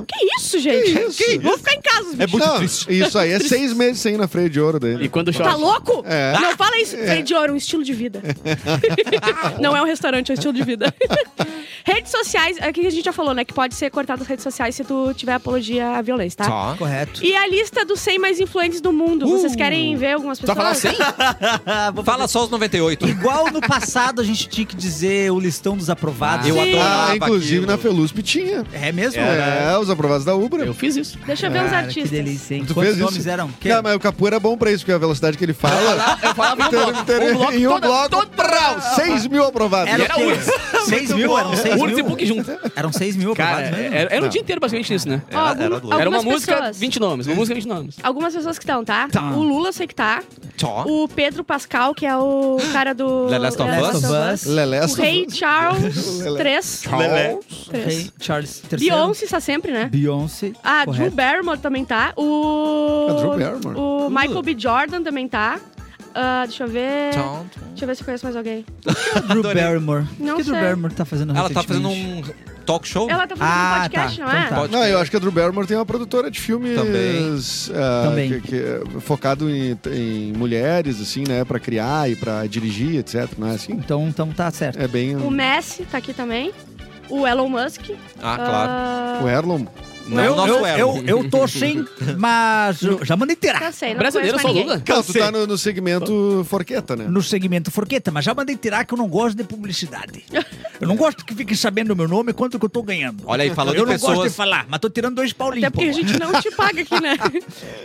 Speaker 4: Que isso, gente?
Speaker 5: Que isso?
Speaker 4: Vou ficar em casa, os
Speaker 5: É
Speaker 4: bichos.
Speaker 5: muito triste. Isso
Speaker 3: [LAUGHS]
Speaker 5: aí é seis meses sem ir na freio de ouro
Speaker 3: E
Speaker 5: dele.
Speaker 3: quando chove.
Speaker 4: Tá louco?
Speaker 5: É.
Speaker 4: Não fala isso. Freio de ouro, um estilo de vida. Não é um restaurante, é um estilo de vida. redes sociais, é que a gente já falou, né? Que pode ser cortado as redes sociais se tu tiver apologia à violência, tá?
Speaker 1: Tá.
Speaker 5: [LAUGHS]
Speaker 6: Correto.
Speaker 4: E a lista dos 100 mais influentes do mundo. Vocês querem ver algumas
Speaker 3: Só
Speaker 4: pessoas?
Speaker 3: falar assim?
Speaker 1: Fala só os 98.
Speaker 6: Igual no passado a gente tinha que dizer o listão dos aprovados.
Speaker 1: Eu
Speaker 6: Sim.
Speaker 1: adorava
Speaker 5: Ah, inclusive
Speaker 1: aquilo.
Speaker 5: na Felusp tinha.
Speaker 6: É mesmo?
Speaker 5: É, os aprovados da Ubra.
Speaker 3: Eu fiz isso.
Speaker 4: Deixa eu ver os
Speaker 6: Cara,
Speaker 4: artistas.
Speaker 6: Que delícia, hein?
Speaker 5: Tu
Speaker 6: Quantos
Speaker 5: fez isso?
Speaker 6: nomes eram? Que-
Speaker 5: Não, mas o Capu era bom pra isso, porque a velocidade que ele fala.
Speaker 3: [LAUGHS] Eu
Speaker 5: [LAUGHS]
Speaker 3: falava um
Speaker 5: Inter-
Speaker 3: bloco.
Speaker 5: inter-
Speaker 3: Um bloco,
Speaker 5: em um
Speaker 3: toda-
Speaker 5: bloco,
Speaker 3: toda-
Speaker 5: prau, 6 mil aprovados.
Speaker 6: Era,
Speaker 3: E era
Speaker 6: o quê?
Speaker 3: Urso.
Speaker 6: 6 mil? Eram 6
Speaker 3: Urso e
Speaker 6: mil?
Speaker 3: Pug
Speaker 4: é
Speaker 3: junto.
Speaker 6: Eram 6 mil
Speaker 3: Cara, é,
Speaker 6: aprovados mesmo?
Speaker 3: era, era o dia inteiro basicamente nisso, né?
Speaker 4: Ó, algum-
Speaker 1: era doido.
Speaker 4: né?
Speaker 1: É,
Speaker 4: algumas
Speaker 3: Era uma música,
Speaker 4: pessoas.
Speaker 3: 20 nomes. Uma música, 20 nomes.
Speaker 4: Algumas pessoas que estão, tá?
Speaker 6: Tá.
Speaker 4: O Lula, eu sei que tá.
Speaker 1: Tó.
Speaker 4: O Pedro Pascal, que é o cara do.
Speaker 1: The Last of
Speaker 4: The
Speaker 1: Us.
Speaker 5: Lelé,
Speaker 4: O Rei Charles
Speaker 5: Lele.
Speaker 4: 3.
Speaker 1: Lelé.
Speaker 6: Ok, Charles III.
Speaker 4: Beyoncé está sempre, né?
Speaker 6: Beyoncé.
Speaker 4: Ah, Drew
Speaker 6: correto.
Speaker 4: Barrymore também tá. O.
Speaker 5: A É, Drew Barrymore.
Speaker 3: Uh.
Speaker 4: O Michael B. Jordan também tá. Ah, deixa eu ver. Deixa eu ver se eu conheço mais alguém.
Speaker 6: Drew Barrymore.
Speaker 4: Não
Speaker 6: o que Drew
Speaker 4: sei.
Speaker 6: Barrymore tá fazendo
Speaker 1: Ela tá fazendo
Speaker 6: recentemente?
Speaker 1: um talk show?
Speaker 4: Ela tá fazendo
Speaker 6: Ah,
Speaker 4: um podcast,
Speaker 6: tá.
Speaker 4: não é?
Speaker 6: Então tá.
Speaker 5: Não, eu acho que a Drew Barrymore tem uma produtora de filmes
Speaker 1: Também.
Speaker 5: ah,
Speaker 6: Também.
Speaker 5: Que, que é focado em, em mulheres, assim, né? Pra criar e pra dirigir, etc. Não é assim?
Speaker 6: Então, então tá certo.
Speaker 5: É bem.
Speaker 4: O Messi tá aqui também. O Elon Musk.
Speaker 1: Ah, claro.
Speaker 4: Ah,
Speaker 5: O Erlon.
Speaker 1: Não, é o nosso Erlon.
Speaker 6: tá. eu, eu tô sem, mas eu já mandei
Speaker 4: não
Speaker 6: tirar.
Speaker 4: sei, não
Speaker 3: Ah, Brasileiro,
Speaker 4: conheço
Speaker 3: só
Speaker 4: mais ninguém.
Speaker 3: Lula.
Speaker 5: Não, tu tá no, no segmento Forqueta, né?
Speaker 6: No segmento Forqueta, mas já mandei tirar que eu não gosto de publicidade. Eu não gosto que fiquem sabendo o meu nome e quanto que eu tô ganhando.
Speaker 1: Olha aí, falando
Speaker 6: Eu
Speaker 1: em
Speaker 6: não
Speaker 1: pessoas.
Speaker 6: gosto de falar, mas tô tirando dois
Speaker 4: Até
Speaker 6: paulinhos.
Speaker 4: porque a gente não te paga aqui,
Speaker 3: [LAUGHS]
Speaker 4: né?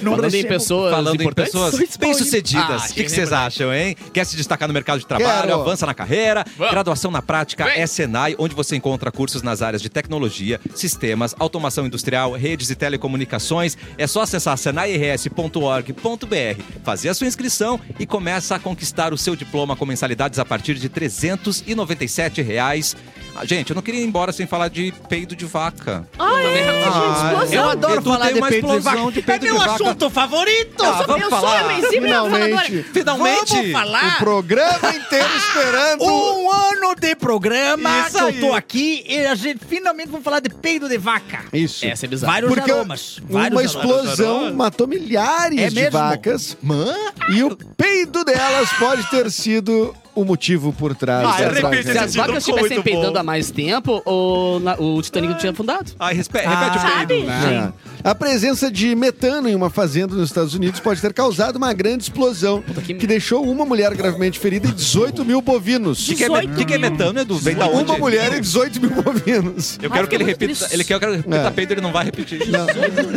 Speaker 6: Não
Speaker 3: Falando em
Speaker 6: recebo.
Speaker 3: pessoas
Speaker 1: Falando em
Speaker 3: importantes.
Speaker 1: pessoas bem-sucedidas.
Speaker 3: Ah,
Speaker 1: O que que
Speaker 3: quem
Speaker 1: vocês acham, hein? Quer se destacar no mercado de trabalho,
Speaker 5: Quero.
Speaker 1: avança na carreira.
Speaker 3: Vamos.
Speaker 1: Graduação na prática
Speaker 3: Vem.
Speaker 1: é Senai, onde você encontra cursos nas áreas de tecnologia, sistemas, automação industrial, redes e telecomunicações. É só acessar senairs.org.br, fazer a sua inscrição e começa a conquistar o seu diploma com mensalidades a partir de R$ 397 reais. Ah, gente, eu não queria ir embora sem falar de peido de vaca.
Speaker 4: Ah, é, gente, explosão.
Speaker 1: eu adoro
Speaker 6: Edu
Speaker 1: falar
Speaker 6: tem
Speaker 1: de
Speaker 6: uma
Speaker 1: peito de
Speaker 6: explosão
Speaker 1: vaca.
Speaker 6: de
Speaker 1: É
Speaker 6: peito
Speaker 1: meu
Speaker 6: de vaca.
Speaker 1: assunto
Speaker 6: favorito!
Speaker 1: Ah, vamos falar.
Speaker 4: Eu sou invencível na faladora.
Speaker 5: Finalmente.
Speaker 1: Finalmente!
Speaker 6: Vamos
Speaker 5: O
Speaker 6: falar
Speaker 5: programa inteiro esperando.
Speaker 6: um ano de programa
Speaker 1: Isso
Speaker 6: que
Speaker 1: aí.
Speaker 6: eu tô aqui e a gente finalmente vai falar de peido de vaca.
Speaker 5: Isso.
Speaker 3: Essa é bizarra.
Speaker 6: Vários
Speaker 5: Porque
Speaker 6: aromas.
Speaker 5: Uma
Speaker 6: vários aromas.
Speaker 5: explosão matou milhares
Speaker 6: É
Speaker 5: de
Speaker 6: mesmo?
Speaker 5: vacas. E o peido delas pode ter sido o motivo por trás.
Speaker 1: Ah,
Speaker 5: da
Speaker 1: repite
Speaker 5: tragédia.
Speaker 1: esse
Speaker 3: Se as
Speaker 1: Esse não
Speaker 3: vacas
Speaker 1: ficou
Speaker 3: estivessem
Speaker 1: muito bom.
Speaker 3: peidando há mais tempo, o, na- o Titanic não tinha afundado.
Speaker 1: Ai, respe- repete o peido.
Speaker 4: Sabe?
Speaker 5: É. A presença de metano em uma fazenda nos Estados Unidos pode ter causado uma grande explosão que...
Speaker 3: que-
Speaker 5: deixou uma mulher gravemente ferida e 18 mil bovinos.
Speaker 1: O que, é me- que que é metano, Edu? Vem da onde?
Speaker 5: Uma mulher e 18 mil bovinos.
Speaker 1: Eu quero que ele
Speaker 4: Nossa,
Speaker 1: repita.
Speaker 4: muito
Speaker 1: Ele quer que eu repita
Speaker 5: É.
Speaker 1: peito, ele não vai repetir.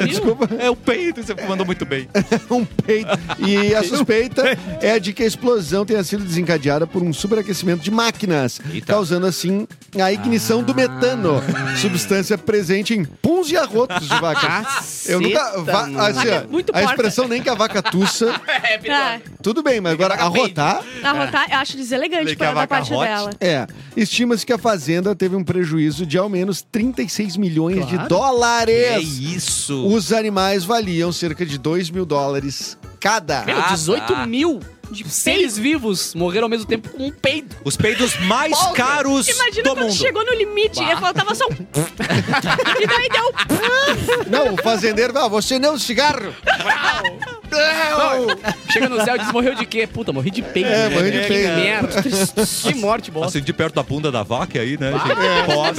Speaker 5: Desculpa. [LAUGHS]
Speaker 1: É o peito, você mandou muito bem.
Speaker 5: um peito. E a suspeita é de que a explosão tenha sido desencadeada por um superaquecimento de máquinas,
Speaker 1: Eita. Ah.
Speaker 5: causando assim a ignição do metano, substância presente em puns e arrotos de vaca. Eu nunca. va-
Speaker 3: mano.
Speaker 5: assim,
Speaker 4: Vaca é
Speaker 5: ó,
Speaker 4: muito
Speaker 5: a
Speaker 4: porca.
Speaker 5: expressão nem que a vaca tussa,
Speaker 3: É,
Speaker 4: Ah,
Speaker 5: tudo bem, mas agora arrotar.
Speaker 4: arrotar, eu acho
Speaker 1: Lê
Speaker 4: deselegante
Speaker 1: que a
Speaker 4: pra da
Speaker 1: vaca
Speaker 4: parte
Speaker 1: rote.
Speaker 4: dela.
Speaker 5: É, estima-se que a fazenda teve um prejuízo de ao menos 36 milhões de
Speaker 6: Claro.
Speaker 1: É
Speaker 5: dólares.
Speaker 1: isso.
Speaker 5: Os animais valiam cerca de 2 mil dólares cada.
Speaker 3: Meu,
Speaker 1: Ah,
Speaker 3: 18
Speaker 1: tá.
Speaker 3: mil seres vivos morreram ao mesmo tempo com um peido.
Speaker 1: Os peidos mais
Speaker 3: Olha,
Speaker 1: caros
Speaker 4: Imagina
Speaker 1: do
Speaker 4: quando
Speaker 1: mundo.
Speaker 4: chegou no limite
Speaker 3: Bah.
Speaker 4: e faltava só um. [LAUGHS] e daí deu.
Speaker 5: Não, o fazendeiro, ah, você não é um cigarro. Não.
Speaker 3: Chega no céu e diz, morreu de quê? Puta, morri de peito.
Speaker 5: É, morri de
Speaker 3: Que
Speaker 5: peito.
Speaker 3: merda. Que morte, bosta.
Speaker 1: Assim, de perto da bunda da vaca aí, né?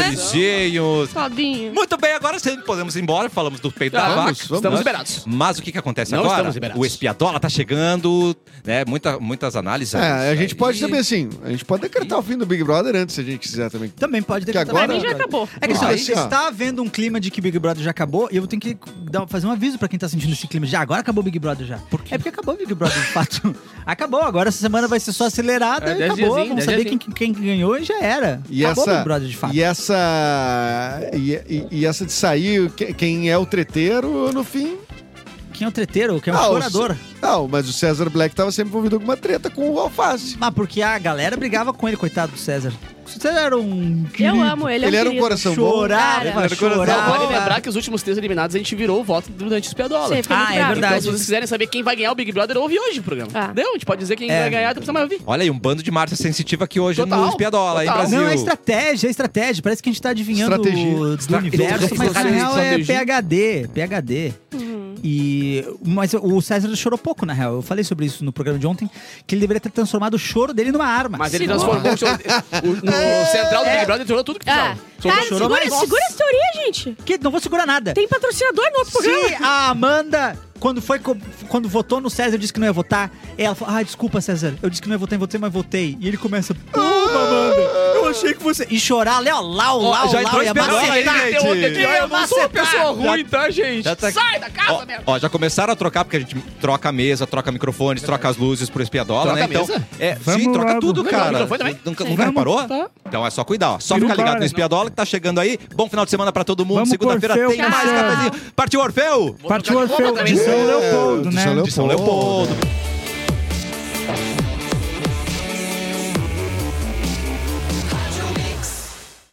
Speaker 1: gente? Pobrezinhos.
Speaker 4: Todinho.
Speaker 1: Muito bem, agora sim, podemos ir embora. Falamos do peito da
Speaker 3: Vamos,
Speaker 1: vaca.
Speaker 5: vamos.
Speaker 3: Estamos
Speaker 1: Mas-
Speaker 3: liberados.
Speaker 1: Mas o que, que acontece
Speaker 3: Não
Speaker 1: agora?
Speaker 3: estamos liberados.
Speaker 1: O espiadola tá chegando, né? Muita, muitas análises.
Speaker 5: É, a gente pode
Speaker 1: também.
Speaker 5: também assim, a gente pode decretar o fim do Big Brother antes se a gente quiser também.
Speaker 6: Também pode ter
Speaker 5: Que
Speaker 4: Pra
Speaker 5: agora-
Speaker 4: mim já acabou.
Speaker 6: É que assim,
Speaker 5: Ah,
Speaker 6: ó,
Speaker 5: assim, ó.
Speaker 6: está havendo um clima de que Big Brother já acabou e eu tenho que dar- fazer um aviso pra quem tá sentindo esse clima. Já agora acabou o Big Brother já. É porque acabou o Big Brother, de fato. [LAUGHS] acabou, agora essa semana vai ser só acelerada
Speaker 3: É,
Speaker 6: e
Speaker 3: dez
Speaker 6: acabou.
Speaker 3: diazinho,
Speaker 6: Vamos
Speaker 3: dez
Speaker 6: saber quem,
Speaker 3: diazinho.
Speaker 6: quem ganhou e já era.
Speaker 5: E
Speaker 6: acabou o
Speaker 5: essa,
Speaker 6: Big Brother, de fato.
Speaker 5: e essa e, e- e essa de sair que- quem é o treteiro no fim?
Speaker 6: Quem é o treteiro? Quem é o
Speaker 5: Ah, o
Speaker 6: chorador?
Speaker 5: Não, mas o César Black tava sempre envolvido em alguma treta com o Alface.
Speaker 6: Ah, porque a galera brigava com ele, coitado do César. O César era um.
Speaker 4: Eu amo ele.
Speaker 5: Ele, era um
Speaker 4: querido.
Speaker 5: coração bom.
Speaker 4: Cara.
Speaker 6: Chorava,
Speaker 4: Ele
Speaker 3: Não, vale lembrar
Speaker 6: chorava.
Speaker 3: que os últimos três eliminados a gente virou o voto durante o espiadola.
Speaker 4: Sei, fica muito
Speaker 6: Ah, é
Speaker 4: bravo.
Speaker 6: verdade.
Speaker 3: Então, se vocês quiserem saber quem vai ganhar o Big Brother, ouve hoje o programa.
Speaker 4: Ah.
Speaker 3: Deu? A gente pode dizer quem
Speaker 6: É.
Speaker 3: vai ganhar, não precisa mais ouvir.
Speaker 1: Olha aí, um bando de Márcia sensitiva aqui hoje
Speaker 3: Total,
Speaker 1: no Espiadola, hein,
Speaker 3: total.
Speaker 1: Brasil?
Speaker 6: Não, é estratégia, é estratégia. Parece que a gente tá adivinhando
Speaker 5: Estratégia.
Speaker 6: do universo, mas na
Speaker 3: Estratégia.
Speaker 6: real é
Speaker 3: Estratégia.
Speaker 6: PHD, PHD. E, mas o César chorou pouco, na real. Eu falei sobre isso no programa de ontem, que ele deveria ter transformado o choro dele numa arma.
Speaker 3: Mas ele
Speaker 4: Segura.
Speaker 3: transformou o, seu- o- no central do Big Brother, ele tirou tudo que
Speaker 4: Ah,
Speaker 3: precisava. Sobrou-
Speaker 4: cara,
Speaker 6: chorou
Speaker 4: segura,
Speaker 6: mais.
Speaker 4: segura essa teoria, gente.
Speaker 6: Que não vou segurar nada.
Speaker 4: Tem patrocinador no outro programa.
Speaker 6: Se a Amanda, quando, foi, co- quando votou no César, disse que não ia votar, ela falou: Ah, desculpa, César, eu disse que não ia votar em você, mas votei. E ele começa: Pô, Amanda, eu achei que você. E chorar, Léo, lau,
Speaker 3: Ó,
Speaker 6: lau,
Speaker 1: já
Speaker 6: lau,
Speaker 1: entrou
Speaker 6: e
Speaker 1: esperando
Speaker 6: abacetar.
Speaker 1: aí, né?
Speaker 3: Tem outro aqui, ó, Eu não sou uma
Speaker 6: Macetar.
Speaker 3: pessoa ruim, tá, gente?
Speaker 1: Já tá-
Speaker 3: Sai da casa,
Speaker 1: Ó,
Speaker 3: merda!
Speaker 1: ó, já começaram a trocar, porque a gente troca a mesa, troca microfones, troca as luzes pro espiadola,
Speaker 3: Troca
Speaker 1: né?
Speaker 3: a
Speaker 1: Então,
Speaker 3: mesa?
Speaker 1: é,
Speaker 8: Vamos
Speaker 1: sim, troca
Speaker 8: lá,
Speaker 1: tudo,
Speaker 8: vamos.
Speaker 1: cara.
Speaker 3: Microfone também?
Speaker 1: Nunca, nunca reparou?
Speaker 8: Tá.
Speaker 1: então é só cuidar, ó. Só
Speaker 8: Peru
Speaker 1: ficar ligado
Speaker 8: para,
Speaker 1: no
Speaker 8: né?
Speaker 1: espiadola que tá chegando aí. Bom final de semana pra todo mundo.
Speaker 8: Vamos pro
Speaker 1: Segunda-feira
Speaker 8: Orfeu,
Speaker 1: tem mais
Speaker 8: Marcelo.
Speaker 1: cafezinho. Partiu Orfeu!
Speaker 8: Partiu
Speaker 3: trocar de roupa
Speaker 8: Orfeu de
Speaker 3: também.
Speaker 8: São
Speaker 5: É,
Speaker 8: Leopoldo,
Speaker 5: de
Speaker 8: né?
Speaker 5: São
Speaker 1: De São Leopoldo.